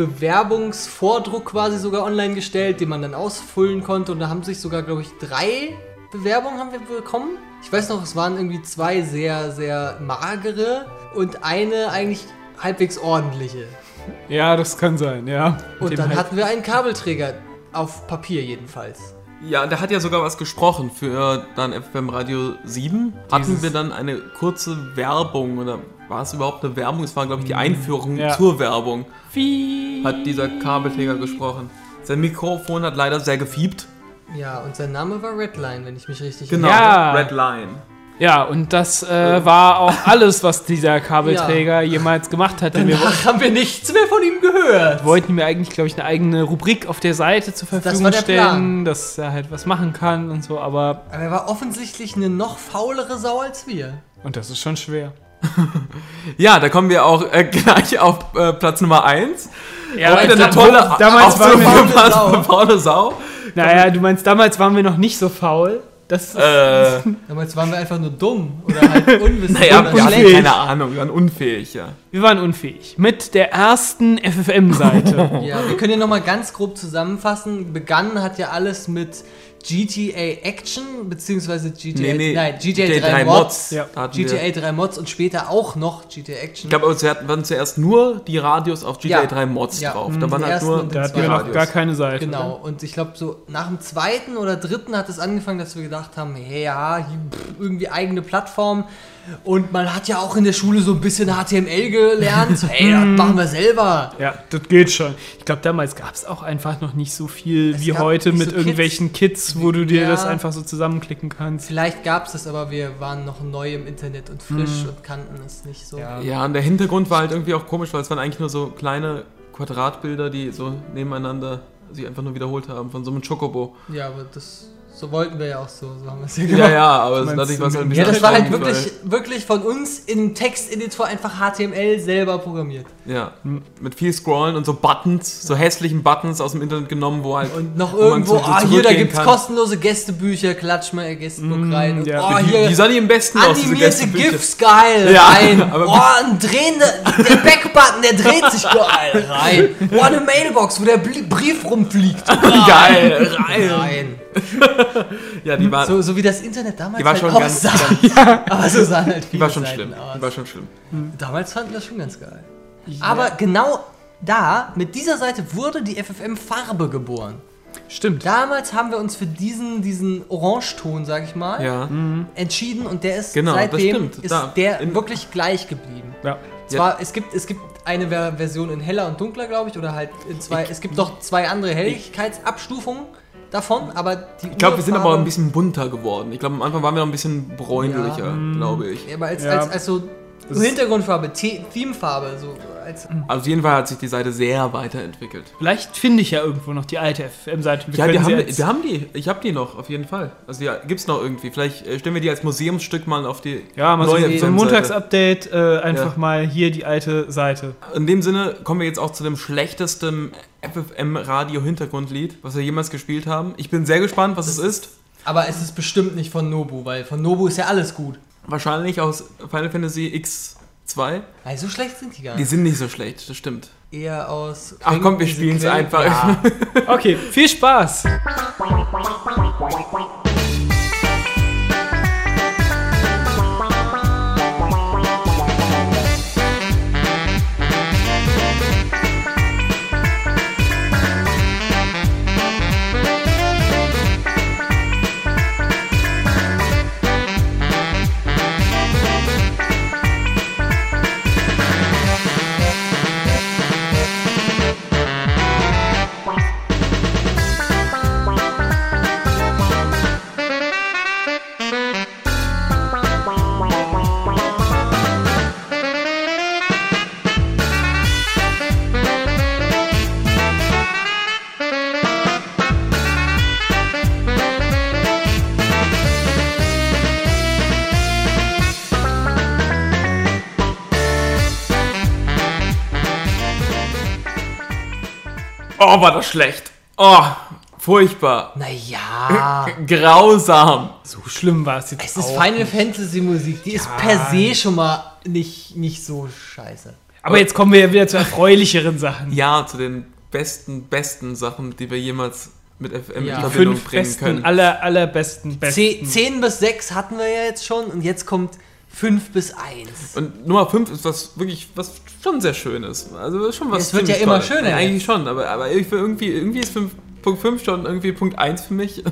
Speaker 3: Bewerbungsvordruck quasi sogar online gestellt, den man dann ausfüllen konnte. Und da haben sich sogar, glaube ich, drei Bewerbungen haben wir bekommen. Ich weiß noch, es waren irgendwie zwei sehr, sehr magere und eine eigentlich halbwegs ordentliche.
Speaker 1: Ja, das kann sein, ja. Mit dem
Speaker 3: Und dann
Speaker 1: halt-
Speaker 3: hatten wir einen Kabelträger. Auf Papier jedenfalls.
Speaker 2: Ja, der hat ja sogar was gesprochen für äh, dann FM Radio 7. Hatten
Speaker 1: Dieses-
Speaker 2: wir dann eine kurze Werbung oder war es überhaupt eine Werbung? Es war, glaube ich, die Einführung
Speaker 1: Mhm. Ja.
Speaker 2: zur Werbung.
Speaker 1: Wie?
Speaker 2: Hat dieser Kabelträger gesprochen. Sein Mikrofon hat leider sehr gefiebt.
Speaker 3: Ja, und sein Name war Redline, wenn ich mich richtig
Speaker 1: Ja.
Speaker 2: Genau. Red Line.
Speaker 1: Ja, und das äh, war auch alles, was dieser Kabelträger jemals gemacht hat. Denn wir
Speaker 3: Danach haben wir nichts mehr von ihm gehört.
Speaker 1: wollten ihm ja eigentlich, glaube ich, eine eigene Rubrik auf der Seite zur
Speaker 3: war
Speaker 1: Verfügung
Speaker 3: der
Speaker 1: stellen,
Speaker 3: Plan.
Speaker 1: dass er halt was machen kann und so, aber.
Speaker 3: Aber er war offensichtlich eine noch faulere Sau als wir.
Speaker 1: Und das ist schon schwer.
Speaker 2: Ja, da kommen wir auch äh, gleich auf äh, Platz Nummer 1.
Speaker 1: Ja,
Speaker 2: Auch wieder eine tolle
Speaker 1: damals
Speaker 2: auch
Speaker 1: waren
Speaker 2: so
Speaker 1: wir,
Speaker 3: faul.
Speaker 2: eine
Speaker 3: faule
Speaker 2: faule
Speaker 3: Sau.
Speaker 2: Sau. Faule Sau.
Speaker 1: naja, du meinst, damals waren wir noch nicht so faul. Das ist,
Speaker 2: Äh,
Speaker 3: Damals waren wir einfach nur dumm oder halt unwissend.
Speaker 2: naja,
Speaker 3: oder
Speaker 2: wir hatten
Speaker 3: schlecht.
Speaker 2: keine Ahnung, wir waren unfähig, ja.
Speaker 1: wir waren unfähig. Mit der ersten FFM-Seite.
Speaker 3: Ja, wir können ja nochmal ganz grob zusammenfassen. Begann hat ja alles mit GTA Action, beziehungsweise GTA, nein, GTA, 3, Mods.
Speaker 1: Ja.
Speaker 2: Da hatten wir-
Speaker 3: GTA 3 Mods und später auch noch GTA Action.
Speaker 2: Ich glaube, aber zuerst waren zuerst nur die Radios auf GTA
Speaker 3: Ja.
Speaker 2: 3 Mods
Speaker 3: Ja.
Speaker 2: drauf.
Speaker 3: Mhm.
Speaker 2: Da waren
Speaker 3: Die
Speaker 2: halt
Speaker 3: ersten
Speaker 2: nur
Speaker 3: und die
Speaker 1: da hatten wir noch
Speaker 2: Radios.
Speaker 1: gar keine Seite.
Speaker 3: Genau, und ich glaube, so nach dem zweiten oder dritten hat es angefangen, dass wir gedacht haben, hey, ja, hier, pff, irgendwie eigene Plattform. Und man hat ja auch in der Schule so ein bisschen HTML gelernt. So, hey, das machen wir selber.
Speaker 1: Ja, das geht schon. Ich glaube, damals gab es auch einfach noch nicht so viel
Speaker 3: Es
Speaker 1: wie
Speaker 3: gab
Speaker 1: heute
Speaker 3: nicht
Speaker 1: mit
Speaker 3: so Kids.
Speaker 1: irgendwelchen Kids, wo du dir
Speaker 3: Ja.
Speaker 1: das einfach so zusammenklicken kannst.
Speaker 3: Vielleicht gab es das, aber wir waren noch neu im Internet und frisch und kannten es nicht so.
Speaker 1: Ja.
Speaker 2: Ja, und der Hintergrund war halt irgendwie auch komisch, weil es waren eigentlich nur so kleine Quadratbilder, die so nebeneinander sich einfach nur wiederholt haben von so einem Chocobo.
Speaker 3: Ja, aber das so wollten wir ja auch so, so haben wir es ja gemacht.
Speaker 2: Ja, ja, aber es-
Speaker 1: meinst
Speaker 2: dadurch war es halt ein
Speaker 1: du-
Speaker 2: bisschen
Speaker 3: Ja, das war halt
Speaker 2: anstrengend,
Speaker 3: wirklich, wirklich von uns im Texteditor einfach HTML selber programmiert.
Speaker 2: weil- Ja, mit viel Scrollen und so Buttons, so hässlichen Buttons aus dem Internet genommen, wo halt...
Speaker 3: Und noch
Speaker 2: Wo man so-
Speaker 3: irgendwo,
Speaker 2: so
Speaker 3: ah, hier, da
Speaker 2: zurückgehen
Speaker 3: gibt's
Speaker 2: kann. Mm,
Speaker 3: kostenlose Gästebücher, klatsch mal ihr Gästebuch rein. Und,
Speaker 1: ja.
Speaker 3: oh,
Speaker 2: die,
Speaker 3: hier,
Speaker 2: die sahen nicht am besten aus, diese
Speaker 3: animierte
Speaker 2: Gästebücher.
Speaker 3: GIFs geil
Speaker 2: Ja,
Speaker 3: rein.
Speaker 2: aber-
Speaker 3: oh, ein drehender, der Backbutton, der dreht sich geil rein. Oh, eine Mailbox, wo der Bli- Brief rumfliegt.
Speaker 2: Geil, rein.
Speaker 3: Rein.
Speaker 2: Ja, die war,
Speaker 3: So, so wie das Internet damals
Speaker 2: die war
Speaker 3: halt
Speaker 2: schon
Speaker 3: auch
Speaker 2: ganz,
Speaker 3: sah.
Speaker 2: ganz
Speaker 3: Aber so sahen halt
Speaker 2: die
Speaker 3: viele
Speaker 2: war schon
Speaker 3: Seiten
Speaker 2: schlimm. Die war
Speaker 3: aus.
Speaker 2: schon schlimm.
Speaker 3: Damals fanden wir das schon ganz geil. Aber genau da, mit dieser Seite wurde die FFM Farbe geboren.
Speaker 1: Stimmt.
Speaker 3: Damals haben wir uns für diesen, diesen Orangeton, sag ich mal,
Speaker 2: Ja.
Speaker 1: Mhm.
Speaker 3: entschieden und der ist
Speaker 2: Genau, das
Speaker 3: seitdem
Speaker 2: stimmt.
Speaker 3: ist
Speaker 2: Da,
Speaker 3: der
Speaker 2: in-
Speaker 3: wirklich gleich geblieben.
Speaker 1: Ja.
Speaker 3: Zwar, es gibt, es gibt eine Ver- Version in heller und dunkler, glaube ich, oder halt in zwei. es gibt noch zwei andere Helligkeitsabstufungen davon, aber die.
Speaker 2: Ich glaube, wir sind aber ein bisschen bunter geworden. Ich glaube, am Anfang waren wir noch ein bisschen bräunlicher,
Speaker 1: hm.
Speaker 2: glaube ich.
Speaker 3: Aber als,
Speaker 1: Ja.
Speaker 3: als, als so
Speaker 1: Das ist-
Speaker 3: Hintergrundfarbe, The Themefarbe, so als.
Speaker 2: Also jedenfalls hat sich die Seite sehr weiterentwickelt.
Speaker 1: Vielleicht finde ich ja irgendwo noch die alte FM-Seite. Wir
Speaker 2: Ja, wir
Speaker 1: können sie
Speaker 2: haben,
Speaker 1: jetzt-
Speaker 2: wir haben die. Ich habe die noch, auf jeden Fall. Also die gibt's noch irgendwie. Vielleicht äh, stellen wir die als Museumsstück mal auf die
Speaker 1: ja, mal so,
Speaker 2: neue
Speaker 1: so
Speaker 2: Webseite.
Speaker 1: ein Montagsupdate, äh, einfach
Speaker 2: Ja.
Speaker 1: mal hier die alte Seite.
Speaker 2: In dem Sinne kommen wir jetzt auch zu dem schlechtesten FFM-Radio-Hintergrundlied, was wir jemals gespielt haben. Ich bin sehr gespannt, was es ist.
Speaker 3: Aber es ist bestimmt nicht von Nobu, weil von Nobu ist ja alles gut.
Speaker 2: Wahrscheinlich aus Final Fantasy X2.
Speaker 3: Weil so schlecht sind die gar
Speaker 2: Die
Speaker 3: nicht.
Speaker 2: sind nicht so schlecht, das stimmt.
Speaker 3: Eher aus.
Speaker 2: Ach komm, wir
Speaker 3: diese
Speaker 2: spielen's
Speaker 3: Quellen-
Speaker 2: einfach.
Speaker 3: Ja.
Speaker 1: Okay, viel Spaß!
Speaker 2: Oh, war das schlecht. Oh, furchtbar.
Speaker 3: Naja.
Speaker 2: Grausam.
Speaker 1: So schlimm war es jetzt.
Speaker 3: Es ist
Speaker 1: auch.
Speaker 3: Final Fantasy Musik, die ist per se schon mal nicht, nicht so scheiße.
Speaker 1: Aber jetzt kommen wir ja wieder zu erfreulicheren Sachen.
Speaker 2: Ja, zu den besten, besten Sachen, die wir jemals mit FM
Speaker 3: Ja.
Speaker 2: in
Speaker 3: Die
Speaker 2: Verbindung
Speaker 1: Fünf
Speaker 2: bringen
Speaker 1: besten,
Speaker 2: können.
Speaker 1: aller, allerbesten,
Speaker 3: Ze-
Speaker 1: besten.
Speaker 3: 10 bis 6 hatten wir ja jetzt schon und jetzt kommt 5 bis 1.
Speaker 2: Und Nummer 5 ist was wirklich, was schon sehr Schönes. Also ist schon was
Speaker 3: Es wird ja
Speaker 2: ziemlich
Speaker 3: immer schöner
Speaker 2: Ja, Eigentlich schon, aber, aber ich will irgendwie, irgendwie ist 5, Punkt 5 schon irgendwie Punkt 1 für mich.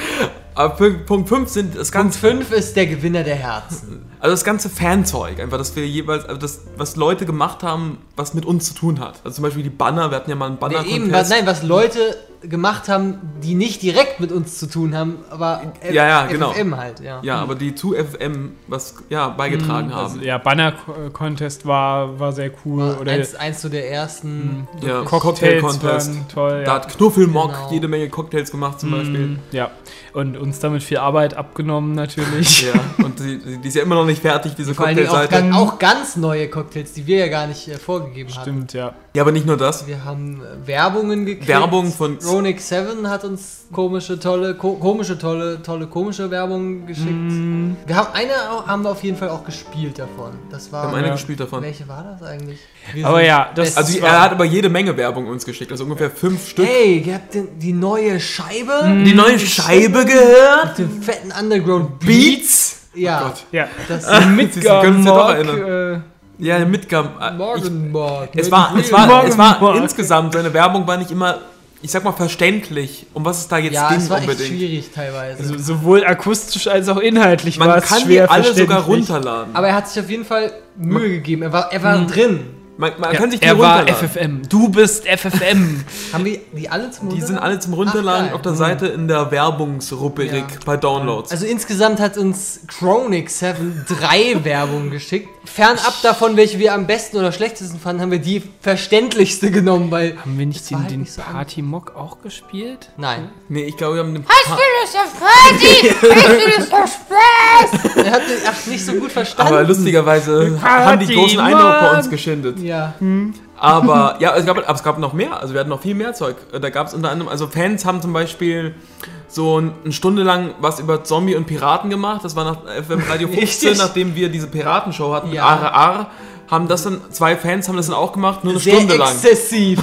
Speaker 2: aber Punkt- Punkt 5 sind das
Speaker 3: Punkt
Speaker 2: ganze,
Speaker 3: 5 ist der Gewinner der Herzen.
Speaker 2: also das ganze Fanzeug, einfach, dass wir jeweils, also das, was Leute gemacht haben, was mit uns zu tun hat. Also zum Beispiel die Banner, wir hatten ja mal einen
Speaker 3: Nee,
Speaker 2: banner
Speaker 3: eben, was, nein, was Leute gemacht haben, die nicht direkt mit uns zu tun haben, aber F-
Speaker 2: Ja, ja, genau.
Speaker 3: FFM halt, ja.
Speaker 2: Ja, aber die zu FM was ja, beigetragen haben.
Speaker 1: Also, ja, Banner-Contest war, war sehr cool.
Speaker 3: Oder
Speaker 1: Oder
Speaker 3: eins, eins so der ersten.
Speaker 2: ja,
Speaker 3: wirklich-
Speaker 1: Cocktails
Speaker 2: Cocktail-Contest.
Speaker 1: waren toll.
Speaker 2: Da
Speaker 1: Ja. Mhm. Mm,
Speaker 2: hat Knuffelmock
Speaker 3: Genau.
Speaker 2: jede Menge Cocktails gemacht zum Beispiel.
Speaker 1: ja, und uns damit viel Arbeit abgenommen natürlich.
Speaker 2: Ja, und die, die die ist ja immer noch nicht fertig, diese
Speaker 3: Vor allen Dingen auch,
Speaker 2: Cocktailseite.
Speaker 3: ganz, auch ganz neue Cocktails, die wir ja gar nicht äh, vorgegeben haben.
Speaker 1: Stimmt, ja.
Speaker 2: Ja, aber nicht nur das.
Speaker 3: Wir haben äh, Werbungen gekriegt.
Speaker 2: Werbung von-
Speaker 3: Ronic 7 hat uns komische, tolle, ko komische, tolle, tolle, komische Werbung geschickt.
Speaker 2: Mhm.
Speaker 3: Wir haben eine au- haben wir auf jeden Fall auch gespielt davon. Das
Speaker 2: Wir
Speaker 3: war.
Speaker 2: haben eine
Speaker 1: Ja.
Speaker 2: gespielt davon.
Speaker 3: welche war das eigentlich? Wir
Speaker 1: Aber
Speaker 3: sind
Speaker 1: ja, das-
Speaker 3: best-
Speaker 2: Also
Speaker 1: war-
Speaker 2: er hat aber jede Menge Werbung uns geschickt, also ungefähr fünf Stück. Mhm.
Speaker 3: hey, ihr habt den, die neue Scheibe,
Speaker 2: Die neue Scheibe gehört?
Speaker 3: den fetten Underground Beat.
Speaker 2: Beats?
Speaker 3: Ja.
Speaker 2: Oh Gott.
Speaker 1: Ja,
Speaker 3: Das
Speaker 2: Sie können sich doch
Speaker 1: äh,
Speaker 2: Ja, mitgab.
Speaker 3: Morgenmorgen.
Speaker 2: Es war, es war,
Speaker 1: Morgen,
Speaker 2: es war
Speaker 1: morgen.
Speaker 2: insgesamt, seine Werbung war nicht immer, ich sag mal, verständlich, um was es da jetzt
Speaker 3: ja,
Speaker 2: ging
Speaker 3: es war echt
Speaker 2: unbedingt.
Speaker 3: schwierig teilweise.
Speaker 1: so, also sowohl akustisch als auch inhaltlich war
Speaker 2: Man
Speaker 1: es
Speaker 2: kann die
Speaker 1: schwer
Speaker 2: alle sogar
Speaker 1: verständlich.
Speaker 2: runterladen.
Speaker 3: aber er hat sich auf jeden Fall Mühe gegeben. Er war, er
Speaker 2: Mhm.
Speaker 3: war drin.
Speaker 2: Man, man
Speaker 1: Ja,
Speaker 2: kann sich die
Speaker 1: er war
Speaker 2: runterladen.
Speaker 1: FFM. Du bist FFM.
Speaker 3: Haben wir die alle zum
Speaker 2: Die sind
Speaker 3: Runterladen?
Speaker 2: alle zum
Speaker 3: Ach,
Speaker 2: Runterladen
Speaker 3: geil.
Speaker 2: auf der Seite in der Werbungsrubrik
Speaker 3: Ja.
Speaker 2: bei Downloads.
Speaker 3: Also insgesamt hat uns Chronic 7 drei Werbungen geschickt. Fernab davon, welche wir am besten oder schlechtesten fanden, haben wir die verständlichste genommen, weil.
Speaker 1: Haben wir nicht
Speaker 3: war
Speaker 1: den,
Speaker 3: halt
Speaker 1: den
Speaker 3: nicht so an-
Speaker 1: Party-Mock auch gespielt?
Speaker 3: Nein.
Speaker 2: nee, ich glaube, wir haben den
Speaker 4: Ich will es erfahren! Ich will es erfahren!
Speaker 3: Er hat den ach, nicht so gut verstanden.
Speaker 2: Aber lustigerweise haben die großen
Speaker 1: Mann.
Speaker 2: Eindruck bei uns geschindet.
Speaker 3: ja.
Speaker 2: Aber ja, es gab, aber es gab noch mehr. Also wir hatten noch viel mehr Zeug. Da gab es unter anderem, also Fans haben zum Beispiel so ein, eine Stunde lang was über Zombie und Piraten gemacht. Das war nach FM Radio 15,
Speaker 3: Richtig.
Speaker 2: nachdem wir diese Piratenshow hatten
Speaker 3: Ja.
Speaker 2: mit RR. Haben das dann, zwei Fans haben das dann auch gemacht, nur eine
Speaker 3: Sehr
Speaker 2: Stunde lang.
Speaker 3: exzessiv.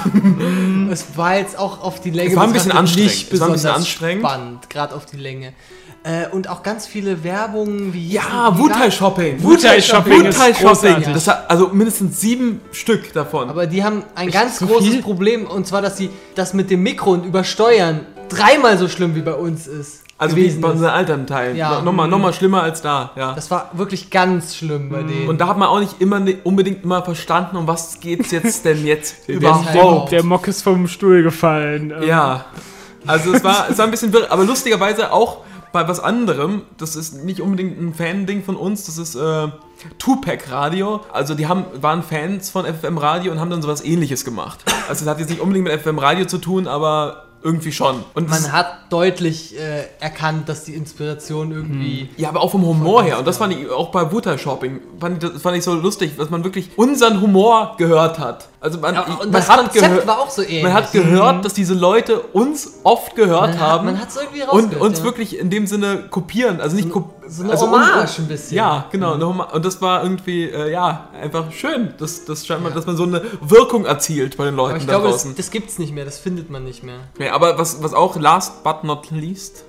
Speaker 3: es war jetzt auch auf die Länge
Speaker 2: Es war ein bisschen
Speaker 3: betrachtet
Speaker 2: anstrengend. Es war ein bisschen anstrengend.
Speaker 3: spannend, gerade auf die Länge. Äh, und auch ganz viele Werbungen wie.
Speaker 2: Ja,
Speaker 3: wie
Speaker 2: Wutai
Speaker 3: war-
Speaker 2: Shopping.
Speaker 1: Wutai Shopping ist
Speaker 2: Wutai Shopping.
Speaker 1: großartig.
Speaker 2: Das hat also mindestens sieben Stück davon.
Speaker 3: Aber die haben ein ganz
Speaker 1: so
Speaker 3: großes
Speaker 1: viel?
Speaker 3: Problem und zwar, dass sie das mit dem Mikro und übersteuern dreimal so schlimm wie bei uns ist.
Speaker 2: Also wie
Speaker 3: gewesen
Speaker 2: bei
Speaker 3: ist.
Speaker 2: unseren alten Teilen.
Speaker 3: Ja.
Speaker 2: Ja. Nochmal, nochmal schlimmer als da, ja.
Speaker 3: Das war wirklich ganz schlimm bei denen.
Speaker 2: Mm. Und da hat man auch nicht immer ne- unbedingt immer verstanden, um was geht's jetzt denn jetzt
Speaker 3: Überhaupt.
Speaker 2: überhaupt.
Speaker 1: Wow, der Mock ist vom Stuhl gefallen. Ähm,
Speaker 2: Ja. Also es war, es war ein bisschen wirr, aber lustigerweise auch bei was anderem, das ist nicht unbedingt ein Fan-Ding von uns, das ist äh, Tupac Radio. Also die haben, waren Fans von FM Radio und haben dann sowas ähnliches gemacht. Also das hat jetzt nicht unbedingt mit FM Radio zu tun, aber irgendwie schon. Und das,
Speaker 3: Man hat deutlich äh, erkannt, dass die Inspiration irgendwie.
Speaker 2: Ja, aber auch vom Humor her. Und das fand ich auch bei Wutter Shopping. Fand ich, das fand ich so lustig, dass man wirklich unseren Humor gehört hat. Also man,
Speaker 3: Aber-
Speaker 2: man
Speaker 3: und das
Speaker 2: hat
Speaker 3: Konzept
Speaker 2: gehört.
Speaker 3: war auch so ähnlich. Mhm.
Speaker 2: Man hat gehört, dass diese Leute uns oft gehört
Speaker 3: Man hat-
Speaker 2: haben.
Speaker 3: man hat's irgendwie
Speaker 2: Und
Speaker 3: rausgehört,
Speaker 2: uns
Speaker 3: ja.
Speaker 2: wirklich in dem Sinne kopieren. Also nicht kopieren.
Speaker 3: so eine
Speaker 2: also un-
Speaker 3: Hommage Mhm. ein bisschen.
Speaker 2: Ja, genau. eine Hommage. Und das war irgendwie, äh, ja, einfach schön, dass, dass, scheinbar, dass man so eine Wirkung erzielt bei den Leuten
Speaker 3: aber ich
Speaker 2: da
Speaker 3: glaube, das,
Speaker 2: draußen.
Speaker 3: das gibt's nicht mehr, das findet man nicht mehr.
Speaker 2: Ja, aber was, was auch last but not least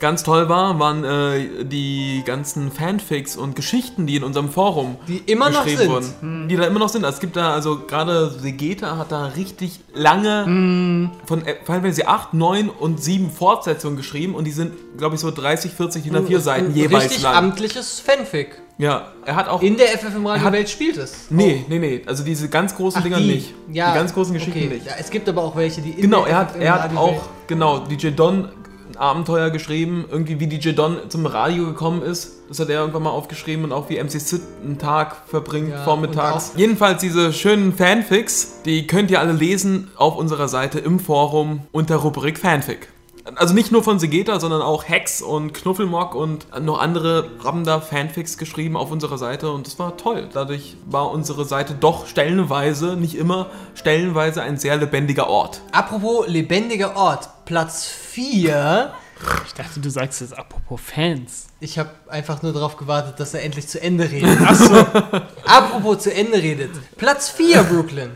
Speaker 2: ganz toll war, waren äh, die ganzen Fanfics und Geschichten, die in unserem Forum
Speaker 3: Die immer noch sind. Hm.
Speaker 2: Die da immer noch sind. Also es gibt da, also gerade Segeta hat da richtig lange
Speaker 3: Hm.
Speaker 2: von äh, Final Fantasy 8, 9 und 7 Fortsetzungen geschrieben und die sind, glaube ich, so 30, 40, hinter vier Seiten
Speaker 3: Ein
Speaker 2: jeweils
Speaker 3: Hm, Richtig
Speaker 2: lang.
Speaker 3: amtliches Fanfic.
Speaker 2: ja, er hat auch...
Speaker 3: In der FFM
Speaker 2: Hat-
Speaker 3: Radio Welt spielt es.
Speaker 2: nee, nee, nee. Also diese ganz großen
Speaker 3: Ach,
Speaker 2: Dinger
Speaker 3: die.
Speaker 2: nicht.
Speaker 3: Ja,
Speaker 2: die ganz großen Geschichten
Speaker 3: okay.
Speaker 2: nicht.
Speaker 3: Ja, es gibt aber auch welche, die in
Speaker 2: Genau,
Speaker 3: der
Speaker 2: er hat,
Speaker 3: FFM
Speaker 2: er hat
Speaker 3: Radio
Speaker 2: auch,
Speaker 3: Welt-
Speaker 2: genau, DJ Don ein Abenteuer geschrieben, irgendwie wie DJ Don zum Radio gekommen ist. Das hat er irgendwann mal aufgeschrieben und auch wie MC Sid einen Tag verbringt,
Speaker 3: Ja,
Speaker 2: vormittags.
Speaker 3: und
Speaker 2: Jedenfalls diese schönen Fanfics, die könnt ihr alle lesen auf unserer Seite im Forum unter Rubrik Fanfic. Also nicht nur von Segeta, sondern auch Hex und Knuffelmock und noch andere haben da Fanfics geschrieben auf unserer Seite und das war toll. Dadurch war unsere Seite doch stellenweise, nicht immer, stellenweise ein sehr lebendiger Ort.
Speaker 3: Apropos lebendiger Ort, Platz 4.
Speaker 1: Ich dachte, du sagst jetzt apropos Fans.
Speaker 3: Ich habe einfach nur darauf gewartet, dass er endlich zu Ende redet.
Speaker 1: Achso.
Speaker 3: Apropos zu Ende redet. Platz 4, Brooklyn.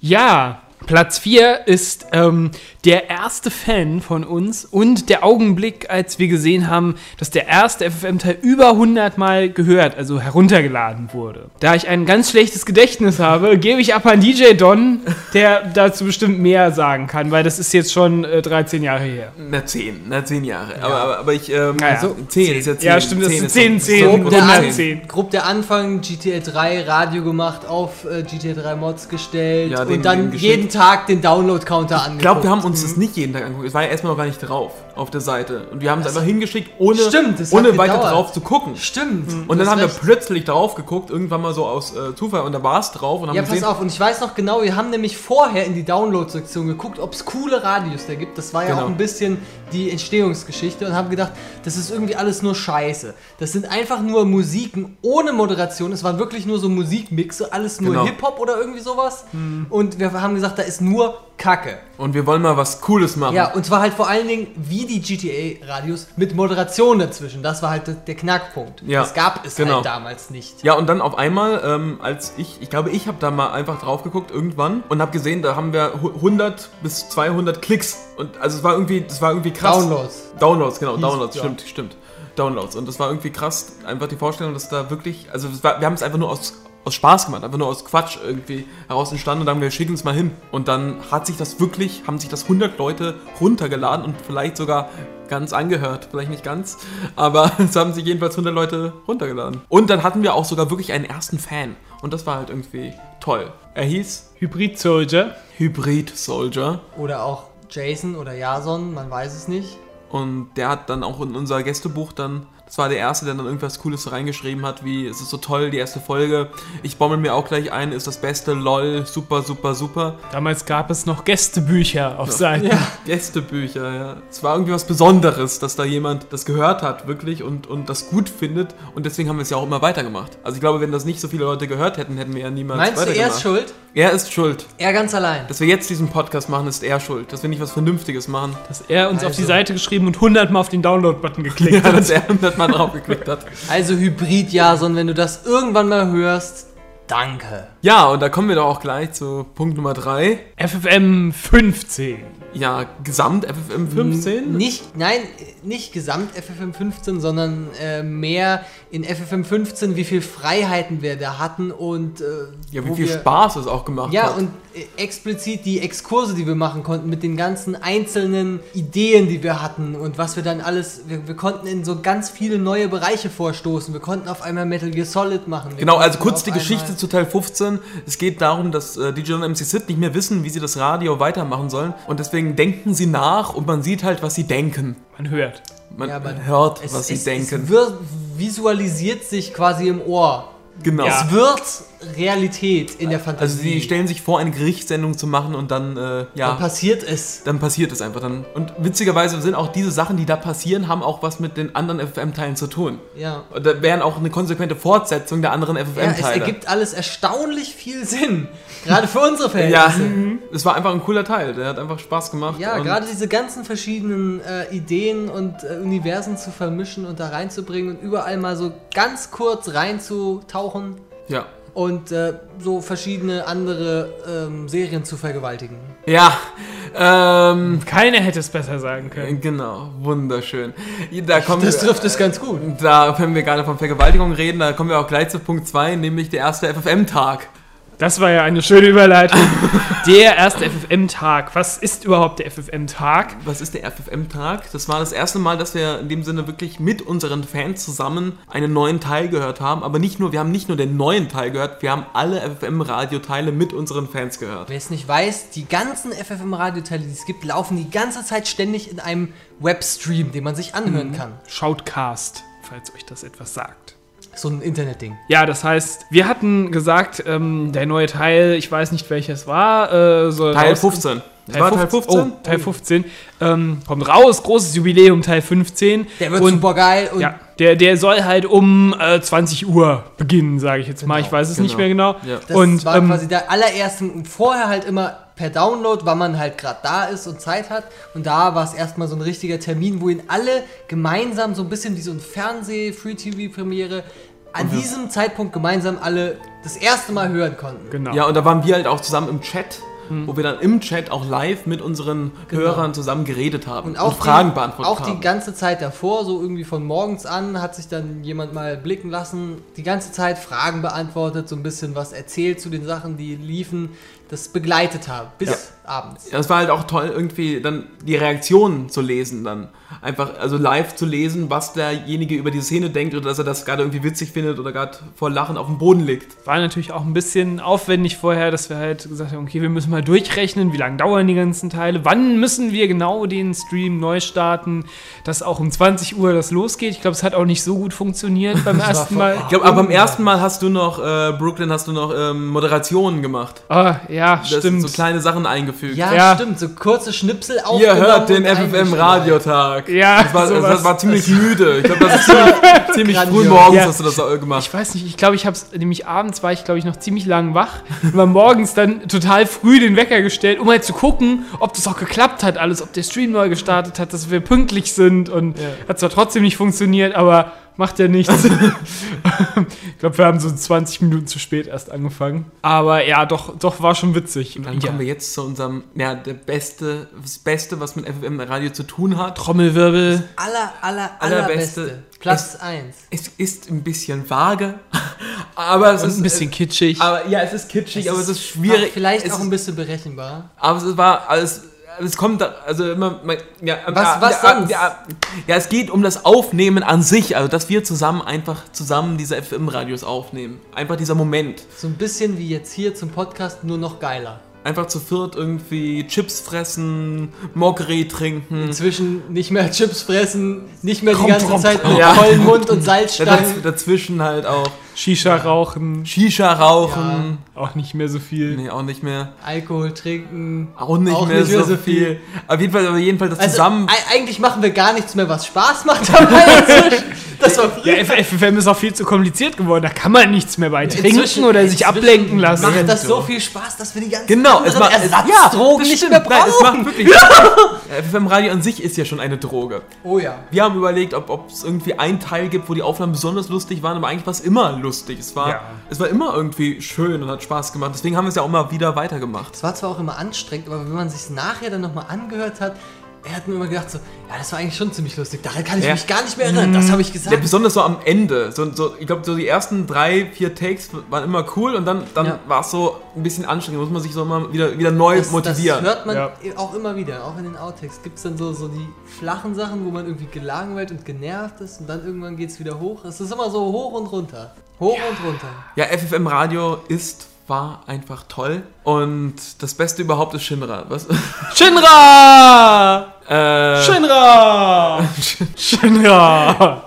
Speaker 1: ja, Platz 4 ist ähm, der erste Fan von uns und der Augenblick, als wir gesehen haben, dass der erste FFM-Teil über 100 Mal gehört, also heruntergeladen wurde. Da ich ein ganz schlechtes Gedächtnis habe, gebe ich ab an DJ Don, der dazu bestimmt mehr sagen kann, weil das ist jetzt schon äh, 13 Jahre her.
Speaker 2: Na, zehn, na, zehn Jahre. Aber, aber, aber ich, ähm,
Speaker 1: Naja.
Speaker 2: so, zehn ist ja zehn.
Speaker 1: Ja, stimmt, das sind zehn,
Speaker 2: ist
Speaker 1: zehn,
Speaker 2: so-
Speaker 1: der
Speaker 2: so-
Speaker 1: An-
Speaker 2: zehn.
Speaker 1: zehn.
Speaker 3: grob der Anfang, GTA 3 Radio gemacht, auf äh, GTA 3 Mods gestellt
Speaker 2: Ja, den-
Speaker 3: und dann
Speaker 2: den geschickt.
Speaker 3: jeden Tag den Download-Counter angeguckt.
Speaker 2: Ich glaube, wir haben uns
Speaker 3: Mhm.
Speaker 2: das nicht jeden Tag angeguckt. Es war ja erstmal noch gar nicht drauf auf der Seite. Und wir haben es einfach hingeschickt, ohne,
Speaker 3: Stimmt, das hat
Speaker 2: ohne weiter
Speaker 3: gedauert.
Speaker 2: drauf zu gucken.
Speaker 3: Stimmt.
Speaker 2: Und
Speaker 3: du
Speaker 2: dann
Speaker 3: hast
Speaker 2: haben
Speaker 3: recht.
Speaker 2: wir plötzlich drauf geguckt, irgendwann mal so aus äh, Zufall. Und da war es drauf und haben
Speaker 3: Ja, pass
Speaker 2: gesehen,
Speaker 3: auf, und ich weiß noch genau, wir haben nämlich vorher in die Download-Sektion geguckt, ob es coole Radios da gibt. Das war ja
Speaker 2: Genau.
Speaker 3: auch ein bisschen die Entstehungsgeschichte und haben gedacht, das ist irgendwie alles nur Scheiße. Das sind einfach nur Musiken ohne Moderation. Es waren wirklich nur so Musikmixe, alles nur
Speaker 2: Genau. Hm.
Speaker 3: Hip-Hop oder irgendwie sowas. Und wir haben gesagt, da ist nur Kacke.
Speaker 2: und wir wollen mal was Cooles machen.
Speaker 3: Ja, und zwar halt vor allen Dingen wie die GTA-Radios mit Moderation dazwischen. Das war halt der Knackpunkt.
Speaker 2: Ja,
Speaker 3: das gab es
Speaker 2: genau.
Speaker 3: halt damals nicht.
Speaker 2: Ja, und dann auf einmal, ähm, als ich, ich glaube, ich habe da mal einfach drauf geguckt irgendwann und habe gesehen, da haben wir hu- 100 bis 200 Klicks. Und also es war irgendwie, das war irgendwie krass.
Speaker 3: Downloads.
Speaker 2: Downloads, genau,
Speaker 3: Hieß-
Speaker 2: Downloads,
Speaker 3: ja.
Speaker 2: stimmt, stimmt. Downloads. Und das war irgendwie krass, einfach die Vorstellung, dass da wirklich, also es war, wir haben es einfach nur aus, aus Spaß gemacht, einfach nur aus Quatsch irgendwie heraus entstanden und dann haben wir schicken uns mal hin. Und dann hat sich das wirklich, haben sich das 100 Leute runtergeladen und vielleicht sogar ganz angehört, vielleicht nicht ganz, aber es haben sich jedenfalls 100 Leute runtergeladen. Und dann hatten wir auch sogar wirklich einen ersten Fan. Und das war halt irgendwie toll. Er hieß
Speaker 1: Hybrid Soldier.
Speaker 2: Hybrid Soldier.
Speaker 3: Oder auch Jason oder Jason, man weiß es nicht.
Speaker 2: Und der hat dann auch in unser Gästebuch dann, das war der erste, der dann irgendwas Cooles reingeschrieben hat, wie es ist so toll, die erste Folge. Ich bommel mir auch gleich ein, ist das Beste, lol, super, super, super.
Speaker 1: Damals gab es noch Gästebücher auf Seiten.
Speaker 2: Gästebücher, ja. Es war irgendwie was Besonderes, dass da jemand das gehört hat, wirklich, und, und das gut findet. Und deswegen haben wir es ja auch immer weitergemacht. Also ich glaube, wenn das nicht so viele Leute gehört hätten, hätten wir ja niemals
Speaker 3: Meinst du, er
Speaker 2: weitergemacht.
Speaker 3: ist schuld?
Speaker 2: Er ist schuld.
Speaker 3: Er ganz allein.
Speaker 2: Dass wir jetzt diesen Podcast machen, ist er schuld. Dass wir nicht was Vernünftiges machen.
Speaker 1: Dass er uns auf
Speaker 3: Also.
Speaker 1: die Seite geschrieben und 100 Mal auf den Download-Button geklickt hat.
Speaker 2: dass er das mal drauf geklickt hat.
Speaker 3: Also Hybrid Jason, wenn du das irgendwann mal hörst, danke.
Speaker 2: Ja, und da kommen wir doch auch gleich zu Punkt Nummer 3.
Speaker 1: FFM 15.
Speaker 2: ja, gesamt
Speaker 3: Mhm.
Speaker 2: FFM 15?
Speaker 3: Nicht, nein, nicht gesamt FFM 15, sondern äh, mehr in FFM 15, wie viel Freiheiten wir da hatten und äh,
Speaker 2: Ja,
Speaker 3: wo
Speaker 2: wie viel
Speaker 3: wir-
Speaker 2: Spaß es auch gemacht
Speaker 3: Ja,
Speaker 2: hat.
Speaker 3: und äh, explizit die Exkurse, die wir machen konnten, mit den ganzen einzelnen Ideen, die wir hatten und was wir dann alles, wir, wir konnten in so ganz viele neue Bereiche vorstoßen. Wir konnten auf einmal Metal Gear Solid machen. Wir
Speaker 2: Genau, also
Speaker 3: konnten
Speaker 2: kurz
Speaker 3: auf
Speaker 2: die Geschichte
Speaker 3: einmal-
Speaker 2: zu Teil 15. Es geht darum, dass äh, DJ und MC Sid nicht mehr wissen, wie sie das Radio weitermachen sollen. Und deswegen denken sie nach und man sieht halt, was sie denken.
Speaker 1: Man hört.
Speaker 2: Man
Speaker 3: Ja, man-
Speaker 2: hört,
Speaker 3: es,
Speaker 2: was sie
Speaker 3: es,
Speaker 2: denken.
Speaker 3: Es wird, visualisiert sich quasi im Ohr.
Speaker 2: genau.
Speaker 1: Ja.
Speaker 3: Es wird Realität in der Fantasie.
Speaker 2: Also sie stellen sich vor, eine Gerichtssendung zu machen und dann, äh, ja,
Speaker 3: Dann passiert es.
Speaker 2: dann passiert es einfach dann. Und witzigerweise sind auch diese Sachen, die da passieren, haben auch was mit den anderen FFM-Teilen zu tun.
Speaker 3: Ja.
Speaker 2: Und da wären auch eine konsequente Fortsetzung der anderen
Speaker 3: Ja, es
Speaker 2: FFM-Teile.
Speaker 3: ergibt alles erstaunlich viel Sinn. Gerade für unsere
Speaker 2: Ja,
Speaker 3: Verhältnisse.
Speaker 2: es war einfach ein cooler Teil. Der hat einfach Spaß gemacht.
Speaker 3: Mhm. Ja,
Speaker 2: und-
Speaker 3: gerade diese ganzen verschiedenen äh, Ideen und äh, Universen zu vermischen und da reinzubringen und überall mal so ganz kurz reinzutauchen
Speaker 2: Ja.
Speaker 3: und äh, so verschiedene andere ähm, Serien zu vergewaltigen.
Speaker 2: Ja. Ähm,
Speaker 1: Keiner hätte es besser sagen können.
Speaker 2: genau. Wunderschön. Da kommen
Speaker 3: Das
Speaker 2: wir-
Speaker 3: trifft es ganz gut.
Speaker 2: Da, wenn wir gerade von Vergewaltigung reden, da kommen wir auch gleich zu Punkt 2, nämlich der erste FFM-Tag.
Speaker 1: Das war ja eine schöne Überleitung. Der erste FFM-Tag. Was ist überhaupt der FFM-Tag?
Speaker 2: Was ist der FFM-Tag? Das war das erste Mal, dass wir in dem Sinne wirklich mit unseren Fans zusammen einen neuen Teil gehört haben. Aber nicht nur, wir haben nicht nur den neuen Teil gehört, wir haben alle FFM-Radioteile mit unseren Fans gehört.
Speaker 3: Wer es nicht weiß, die ganzen FFM-Radioteile, die es gibt, laufen die ganze Zeit ständig in einem Webstream, den man sich
Speaker 1: Mhm.
Speaker 3: anhören kann.
Speaker 1: Shoutcast, falls euch das etwas sagt.
Speaker 3: So ein Internetding.
Speaker 1: Ja, das heißt, wir hatten gesagt, ähm, der neue Teil, ich weiß nicht welches war, äh, soll
Speaker 2: Teil
Speaker 1: raus-
Speaker 2: 15. Das
Speaker 1: Teil
Speaker 2: war
Speaker 1: 15. Oh, Teil 15. Ähm, kommt raus, großes Jubiläum, Teil 15.
Speaker 3: Der wird
Speaker 1: und,
Speaker 3: super geil und
Speaker 1: Ja, der, der soll halt um äh, 20 Uhr beginnen, sage ich jetzt mal. Ich weiß es
Speaker 2: genau.
Speaker 1: nicht mehr genau.
Speaker 2: Ja.
Speaker 3: Das
Speaker 1: und
Speaker 3: war
Speaker 1: ähm,
Speaker 3: quasi der allererste und vorher halt immer per Download, weil man halt gerade da ist und Zeit hat. Und da war es erstmal so ein richtiger Termin, wo ihn alle gemeinsam so ein bisschen wie so ein Fernseh-Free-TV-Premiere an diesem Zeitpunkt gemeinsam alle das erste Mal hören konnten.
Speaker 1: genau.
Speaker 2: Ja, und da waren wir halt auch zusammen im Chat,
Speaker 3: Hm.
Speaker 2: wo wir dann im Chat auch live mit unseren Hörern zusammen geredet haben
Speaker 3: Genau. Und auch,
Speaker 2: Fragen
Speaker 3: die,
Speaker 2: beantwortet
Speaker 3: auch die
Speaker 2: haben.
Speaker 3: ganze Zeit davor, so irgendwie von morgens an, hat sich dann jemand mal blicken lassen, die ganze Zeit Fragen beantwortet, so ein bisschen was erzählt zu den Sachen, die liefen, das begleitet haben bis abends.
Speaker 2: Ja, es war halt auch toll, irgendwie dann die Reaktionen zu lesen dann. Einfach, also live zu lesen, was derjenige über die Szene denkt oder dass er das gerade irgendwie witzig findet oder gerade vor Lachen auf dem Boden liegt.
Speaker 1: War natürlich auch ein bisschen aufwendig vorher, dass wir halt gesagt haben, okay, wir müssen mal durchrechnen, wie lange dauern die ganzen Teile, wann müssen wir genau den Stream neu starten, dass auch um 20 Uhr das losgeht. Ich glaube, es hat auch nicht so gut funktioniert beim ersten Mal.
Speaker 2: Ich glaube, aber beim ersten Mal hast du noch, äh, Brooklyn, hast du noch ähm, Moderationen gemacht.
Speaker 1: Ah, ja,
Speaker 2: Das sind
Speaker 1: stimmt.
Speaker 2: so kleine Sachen eingefügt.
Speaker 3: Ja,
Speaker 1: Ja.
Speaker 3: stimmt, so kurze Schnipsel auf.
Speaker 2: Ihr hört den FFM-Radiotag.
Speaker 1: Ja,
Speaker 2: das war,
Speaker 1: sowas.
Speaker 2: das war ziemlich müde. Ich glaube, das ist ziemlich, ziemlich früh
Speaker 3: Grandios.
Speaker 2: morgens,
Speaker 1: Ja.
Speaker 2: hast du das äh, gemacht.
Speaker 1: ich weiß nicht, ich glaube, ich habe es, nämlich abends war ich, glaube ich, noch ziemlich lang wach und war morgens dann total früh den Wecker gestellt, um halt zu gucken, ob das auch geklappt hat alles, ob der Stream neu gestartet hat, dass wir pünktlich sind und hat zwar trotzdem nicht funktioniert, aber macht ja nichts. ich glaube, wir haben so 20 Minuten zu spät erst angefangen. Aber ja, doch, doch war schon witzig.
Speaker 2: Dann kommen wir jetzt zu unserem, ja, der beste, das Beste, was mit FFM-Radio zu tun hat.
Speaker 1: Trommelwirbel.
Speaker 3: Aller, aller, allerbeste.
Speaker 2: Allerbeste.
Speaker 3: Platz 1.
Speaker 2: Es ist ein bisschen vage, aber es ist äh,
Speaker 1: Ein bisschen kitschig.
Speaker 2: Aber ja, es ist kitschig, aber es ist schwierig.
Speaker 3: Vielleicht
Speaker 2: es
Speaker 3: auch
Speaker 2: ist,
Speaker 3: ein bisschen berechenbar.
Speaker 2: Aber es war alles. Es kommt da, also immer, man- ja,
Speaker 3: Was-
Speaker 2: ja,
Speaker 3: was
Speaker 2: ja,
Speaker 3: sonst?
Speaker 2: Ja, ja, es geht um das Aufnehmen an sich, also dass wir zusammen einfach zusammen diese FM-Radios aufnehmen. Einfach dieser Moment.
Speaker 3: So ein bisschen wie jetzt hier zum Podcast, nur noch geiler.
Speaker 2: Einfach zu viert irgendwie Chips fressen, Mokri trinken.
Speaker 3: Inzwischen nicht mehr Chips fressen, nicht mehr
Speaker 1: Komm,
Speaker 3: die ganze
Speaker 1: komm,
Speaker 3: Zeit
Speaker 2: komm.
Speaker 3: mit
Speaker 2: Ja.
Speaker 3: vollen Mund und
Speaker 2: Daz
Speaker 3: Salzstangen.
Speaker 2: dazwischen halt auch
Speaker 1: Shisha rauchen.
Speaker 2: Shisha rauchen.
Speaker 1: Auch nicht mehr so viel.
Speaker 2: Nee, auch nicht mehr.
Speaker 3: Alkohol trinken.
Speaker 2: Auch nicht, mehr, so, viel. Auf jeden Fall, aber jedenfalls das
Speaker 3: Also,
Speaker 2: zusammen.
Speaker 3: ei- eigentlich machen wir gar nichts mehr, was Spaß macht dabei inzwischen. Das war
Speaker 1: Ja, FFM ist auch viel zu kompliziert geworden. Da kann man nichts mehr bei trinken
Speaker 3: Inzwischen-
Speaker 1: oder sich
Speaker 3: inzwischen
Speaker 1: ablenken lassen.
Speaker 3: Macht das so viel Spaß, dass wir die ganzen
Speaker 2: Genau,
Speaker 3: anderen
Speaker 2: macht-
Speaker 3: Ersatzdrogen
Speaker 2: das
Speaker 3: nicht
Speaker 2: stimmt.
Speaker 3: mehr
Speaker 2: Nein, es
Speaker 3: brauchen.
Speaker 2: macht wirklich. Äh, FM Radio an sich ist ja schon eine Droge.
Speaker 3: oh ja.
Speaker 2: Wir haben überlegt, ob ob es irgendwie einen Teil gibt, wo die Aufnahmen besonders lustig waren, aber eigentlich war es immer lustig. Es war,
Speaker 1: Ja.
Speaker 2: es war immer irgendwie schön und hat Spaß gemacht. Deswegen haben wir es ja auch mal wieder weitergemacht.
Speaker 3: Es war zwar auch immer anstrengend, aber wenn man sich nachher dann nochmal angehört hat, er hat mir immer gedacht so, ja, das war eigentlich schon ziemlich lustig. Daran kann ich
Speaker 2: Ja. Mhm.
Speaker 3: mich gar nicht mehr erinnern. Das habe ich gesagt.
Speaker 2: Ja, besonders so am Ende. So, so, ich glaube, so die ersten drei, vier Takes waren immer cool und dann, dann
Speaker 3: Ja.
Speaker 2: war es so ein bisschen anstrengend. Muss man sich so immer wieder, wieder neu
Speaker 3: das,
Speaker 2: motivieren.
Speaker 3: Das hört man
Speaker 1: Ja.
Speaker 3: auch immer wieder, auch in den Outtakes. Gibt es dann so, so die flachen Sachen, wo man irgendwie gelangweilt und genervt ist und dann irgendwann geht es wieder hoch. Es ist immer so hoch und runter. Hoch und runter.
Speaker 2: Ja, FFM Radio ist, war einfach toll. Und das Beste überhaupt ist Shinra. Was?
Speaker 1: Shinra!
Speaker 2: Äh,
Speaker 1: Shinra! Shinra!
Speaker 2: Ja,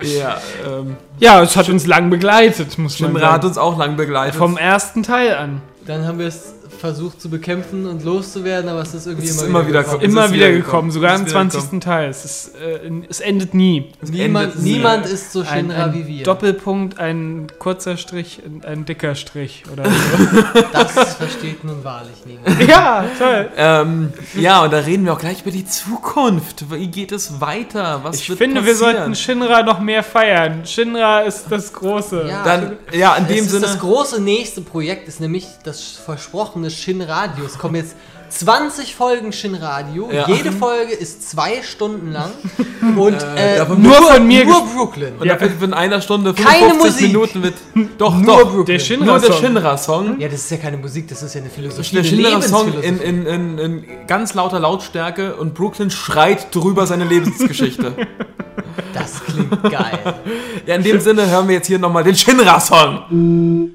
Speaker 2: ähm,
Speaker 1: Ja, es hat uns lang begleitet, muss man
Speaker 2: Shinra hat
Speaker 1: sagen.
Speaker 2: uns auch lang begleitet.
Speaker 1: Vom ersten Teil an.
Speaker 3: Dann haben wir es versucht zu bekämpfen und loszuwerden, aber es ist irgendwie
Speaker 2: Es ist
Speaker 3: immer,
Speaker 2: immer wieder
Speaker 3: gekommen.
Speaker 2: Es ist
Speaker 1: Immer
Speaker 2: wieder
Speaker 1: wieder
Speaker 2: gekommen.
Speaker 1: gekommen, sogar
Speaker 2: Es ist
Speaker 1: im
Speaker 2: wieder
Speaker 1: 20. Teil. Es, ist, äh, es endet nie.
Speaker 3: Niemand,
Speaker 2: endet nie.
Speaker 3: niemand ist so
Speaker 1: Ein,
Speaker 3: Shinra
Speaker 1: ein
Speaker 3: wie wir.
Speaker 1: Doppelpunkt, ein kurzer Strich, ein, ein dicker Strich oder so.
Speaker 3: Das versteht nun wahrlich niemand.
Speaker 1: ja, toll.
Speaker 2: Ähm, ja, und da reden wir auch gleich über die Zukunft. Wie geht es weiter? Was
Speaker 1: Ich
Speaker 2: wird
Speaker 1: finde, wir
Speaker 2: passieren?
Speaker 1: sollten Shinra noch mehr feiern. Shinra ist das Große.
Speaker 3: Ja.
Speaker 2: Dann, ja, in dem
Speaker 3: es
Speaker 2: Sinne.
Speaker 3: Ist das große nächste Projekt ist nämlich das versprochene Shinradio. Es kommen jetzt 20 Folgen Shinradio.
Speaker 2: Ja.
Speaker 3: Jede Folge ist zwei Stunden lang. Und äh,
Speaker 2: davon
Speaker 1: Nur von mir
Speaker 3: Nur Brooklyn.
Speaker 2: und
Speaker 1: Ja.
Speaker 2: da wird in einer Stunde
Speaker 3: Keine
Speaker 2: 55
Speaker 3: Musik.
Speaker 2: Minuten mit. Doch,
Speaker 3: Nur
Speaker 2: doch.
Speaker 3: Brooklyn.
Speaker 1: Der
Speaker 2: Nur der
Speaker 1: Shinra-Song.
Speaker 2: Shinra-Song.
Speaker 3: Ja, das ist ja keine Musik, das ist ja eine Philosophie.
Speaker 2: Der
Speaker 3: eine
Speaker 2: Shinra-Song
Speaker 3: Lebensphilosophie.
Speaker 2: in, in, in, in ganz lauter Lautstärke und Brooklyn schreit drüber seine Lebensgeschichte.
Speaker 3: Das klingt geil.
Speaker 2: ja, in dem Sinne hören wir jetzt hier nochmal den Shinra-Song.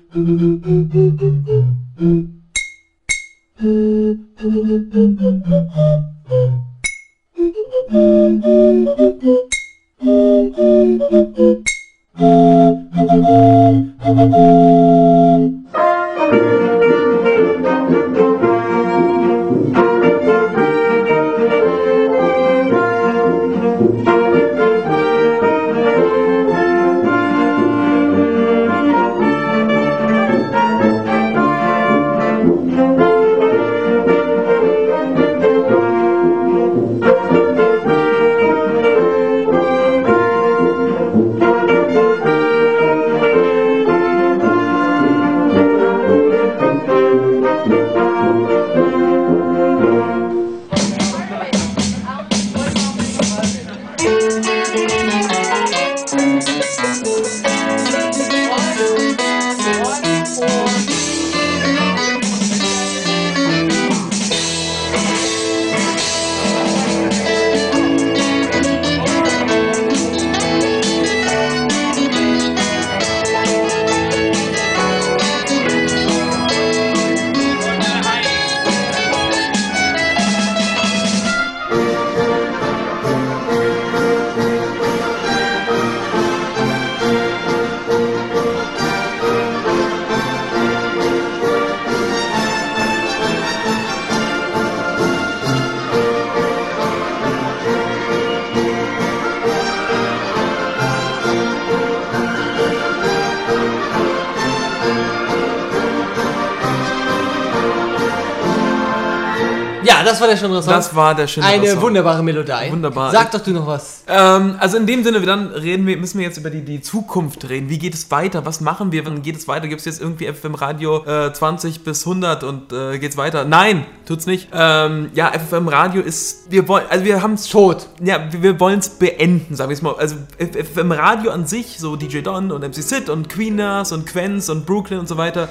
Speaker 3: Ja, das war der Shinra-Song.
Speaker 2: Das war der Shinra-Song.
Speaker 3: eine wunderbare Melodie.
Speaker 2: Wunderbar.
Speaker 3: Sag doch du noch was.
Speaker 2: Ähm, also in dem Sinne, wir dann reden wir, müssen wir jetzt über die, die Zukunft reden. Wie geht es weiter? Was machen wir? Wann geht es weiter? Gibt es jetzt irgendwie FFM Radio äh, 20 bis 100 und äh, geht's weiter? Nein, tut's nicht. Ähm, ja, FFM Radio ist, wir wollen, also wir haben es
Speaker 3: Tot.
Speaker 2: ja, wir, wir wollen es beenden, sagen wir es mal. Also F- F- im Radio an sich, so DJ Don und MC Sid und Queeners und Quenz und Brooklyn und so weiter.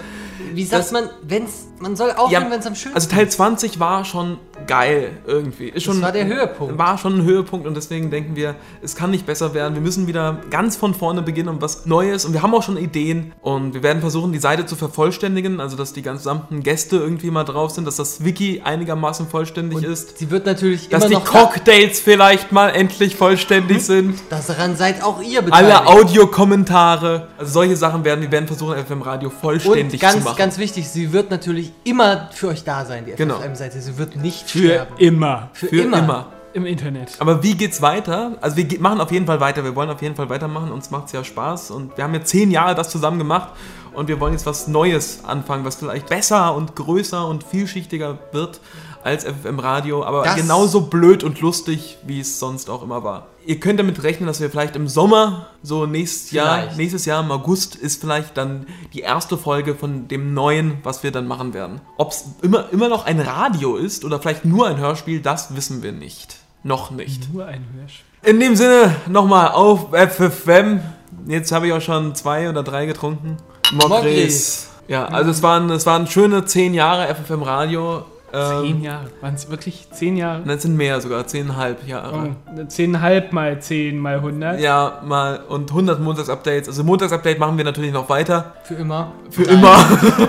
Speaker 3: Wie sagt
Speaker 2: Das-
Speaker 3: man, wenn's, man soll aufhören, wenn es am schönsten
Speaker 2: also Teil 20 war schon geil irgendwie. Ist schon,
Speaker 3: war der Höhepunkt.
Speaker 2: War schon ein Höhepunkt und deswegen denken wir, es kann nicht besser werden. Wir müssen wieder ganz von vorne beginnen und was Neues. Und wir haben auch schon Ideen und wir werden versuchen, die Seite zu vervollständigen, also dass die gesamten Gäste irgendwie mal drauf sind, dass das Wiki einigermaßen vollständig also ist.
Speaker 3: Sie wird natürlich
Speaker 2: Dass die
Speaker 3: immer noch... Mhm.
Speaker 2: Cocktails vielleicht mal endlich vollständig sind.
Speaker 3: das daran seid auch ihr
Speaker 2: Alle Audiokommentare, also solche Sachen werden, wir werden versuchen, FM Radio vollständig
Speaker 3: Und ganz,
Speaker 2: zu machen.
Speaker 3: ganz wichtig, sie wird natürlich immer für euch da sein, die
Speaker 2: Genau.
Speaker 3: FFM-Seite. Sie wird nicht
Speaker 1: Für
Speaker 3: sterben.
Speaker 1: immer.
Speaker 3: Für,
Speaker 2: für immer.
Speaker 1: im Internet.
Speaker 2: Aber wie geht's weiter? Also wir ge- machen auf jeden Fall weiter. Wir wollen auf jeden Fall weitermachen. Uns macht's ja Spaß. Und wir haben jetzt zehn Jahre das zusammen gemacht. Und wir wollen jetzt was Neues anfangen, was vielleicht besser und größer und vielschichtiger wird als FFM Radio. Aber
Speaker 3: Das-
Speaker 2: genauso blöd und lustig, wie es sonst auch immer war. Ihr könnt damit rechnen, dass wir vielleicht im Sommer, so nächstes Jahr,
Speaker 3: Vielleicht.
Speaker 2: nächstes Jahr im August ist vielleicht dann die erste Folge von dem neuen, was wir dann machen werden. Ob es immer, immer noch ein Radio ist oder vielleicht nur ein Hörspiel, das wissen wir nicht. Noch nicht.
Speaker 1: Nur ein Hörspiel.
Speaker 2: In dem Sinne, nochmal auf FFM. Jetzt habe ich auch schon zwei oder drei getrunken. Mokris.
Speaker 3: Mokris.
Speaker 2: Ja,
Speaker 1: Mhm.
Speaker 2: also es waren, es waren schöne zehn Jahre FFM Radio. Ähm,
Speaker 1: Zehn Jahre. Waren es wirklich zehn Jahre?
Speaker 2: Nein, es sind mehr sogar, zehnhalb Jahre.
Speaker 1: Oh, zehnhalb mal zehn mal hundert.
Speaker 2: Ja, mal und 100 Montagsupdates. Also Montagsupdate machen wir natürlich noch weiter.
Speaker 3: Für immer.
Speaker 2: Für
Speaker 3: Nein.
Speaker 2: immer.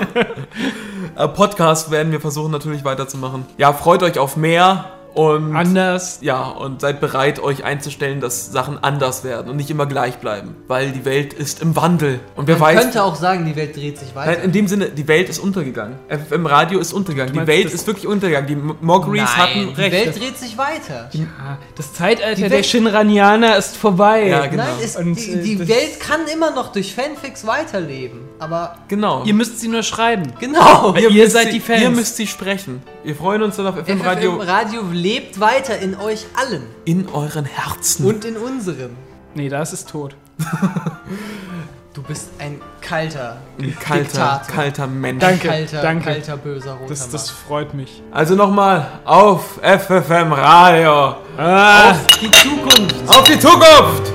Speaker 2: Äh, Podcast werden wir versuchen natürlich weiterzumachen. Ja, freut euch auf mehr und
Speaker 1: Anders.
Speaker 2: Ja, und seid bereit, euch einzustellen, dass Sachen anders werden und nicht immer gleich bleiben. Weil die Welt ist im Wandel. Und wer
Speaker 3: Man
Speaker 2: weiß.
Speaker 3: könnte auch sagen, die Welt dreht sich
Speaker 2: Nein,
Speaker 3: weiter.
Speaker 2: in dem Sinne, die Welt ist untergegangen. FM Radio ist untergegangen. Die
Speaker 1: meinst,
Speaker 2: Welt
Speaker 1: das-
Speaker 2: ist wirklich untergegangen. Die M- Mogris hatten
Speaker 3: die Welt
Speaker 2: recht.
Speaker 3: dreht sich weiter.
Speaker 2: Genau.
Speaker 1: Ah, Das Zeitalter
Speaker 3: Die
Speaker 1: der
Speaker 3: Welt-
Speaker 1: Shinranianer ist vorbei.
Speaker 2: Ja, genau.
Speaker 3: Nein, es,
Speaker 1: Und, äh,
Speaker 3: die, die
Speaker 1: das-
Speaker 3: Welt kann immer noch durch Fanfics weiterleben. Aber
Speaker 2: Genau.
Speaker 1: Ihr müsst sie nur schreiben.
Speaker 3: genau.
Speaker 1: Ihr
Speaker 2: müsst
Speaker 1: seid
Speaker 2: sie,
Speaker 1: die Fans.
Speaker 2: Ihr müsst sie sprechen. Wir freuen uns dann auf FM Radio
Speaker 3: Radio lebt weiter in euch allen
Speaker 2: in euren Herzen.
Speaker 3: und in unserem.
Speaker 1: Nee, das ist tot.
Speaker 3: Du bist ein kalter,
Speaker 2: ein kalter,
Speaker 3: Diktator.
Speaker 2: kalter Mensch.
Speaker 1: Danke.
Speaker 3: kalter,
Speaker 1: danke.
Speaker 3: kalter, böser roter
Speaker 1: Das, das
Speaker 3: Mann.
Speaker 1: freut mich.
Speaker 2: Also nochmal auf FFM Radio.
Speaker 1: Ah.
Speaker 3: Auf die Zukunft.
Speaker 2: Auf die Zukunft!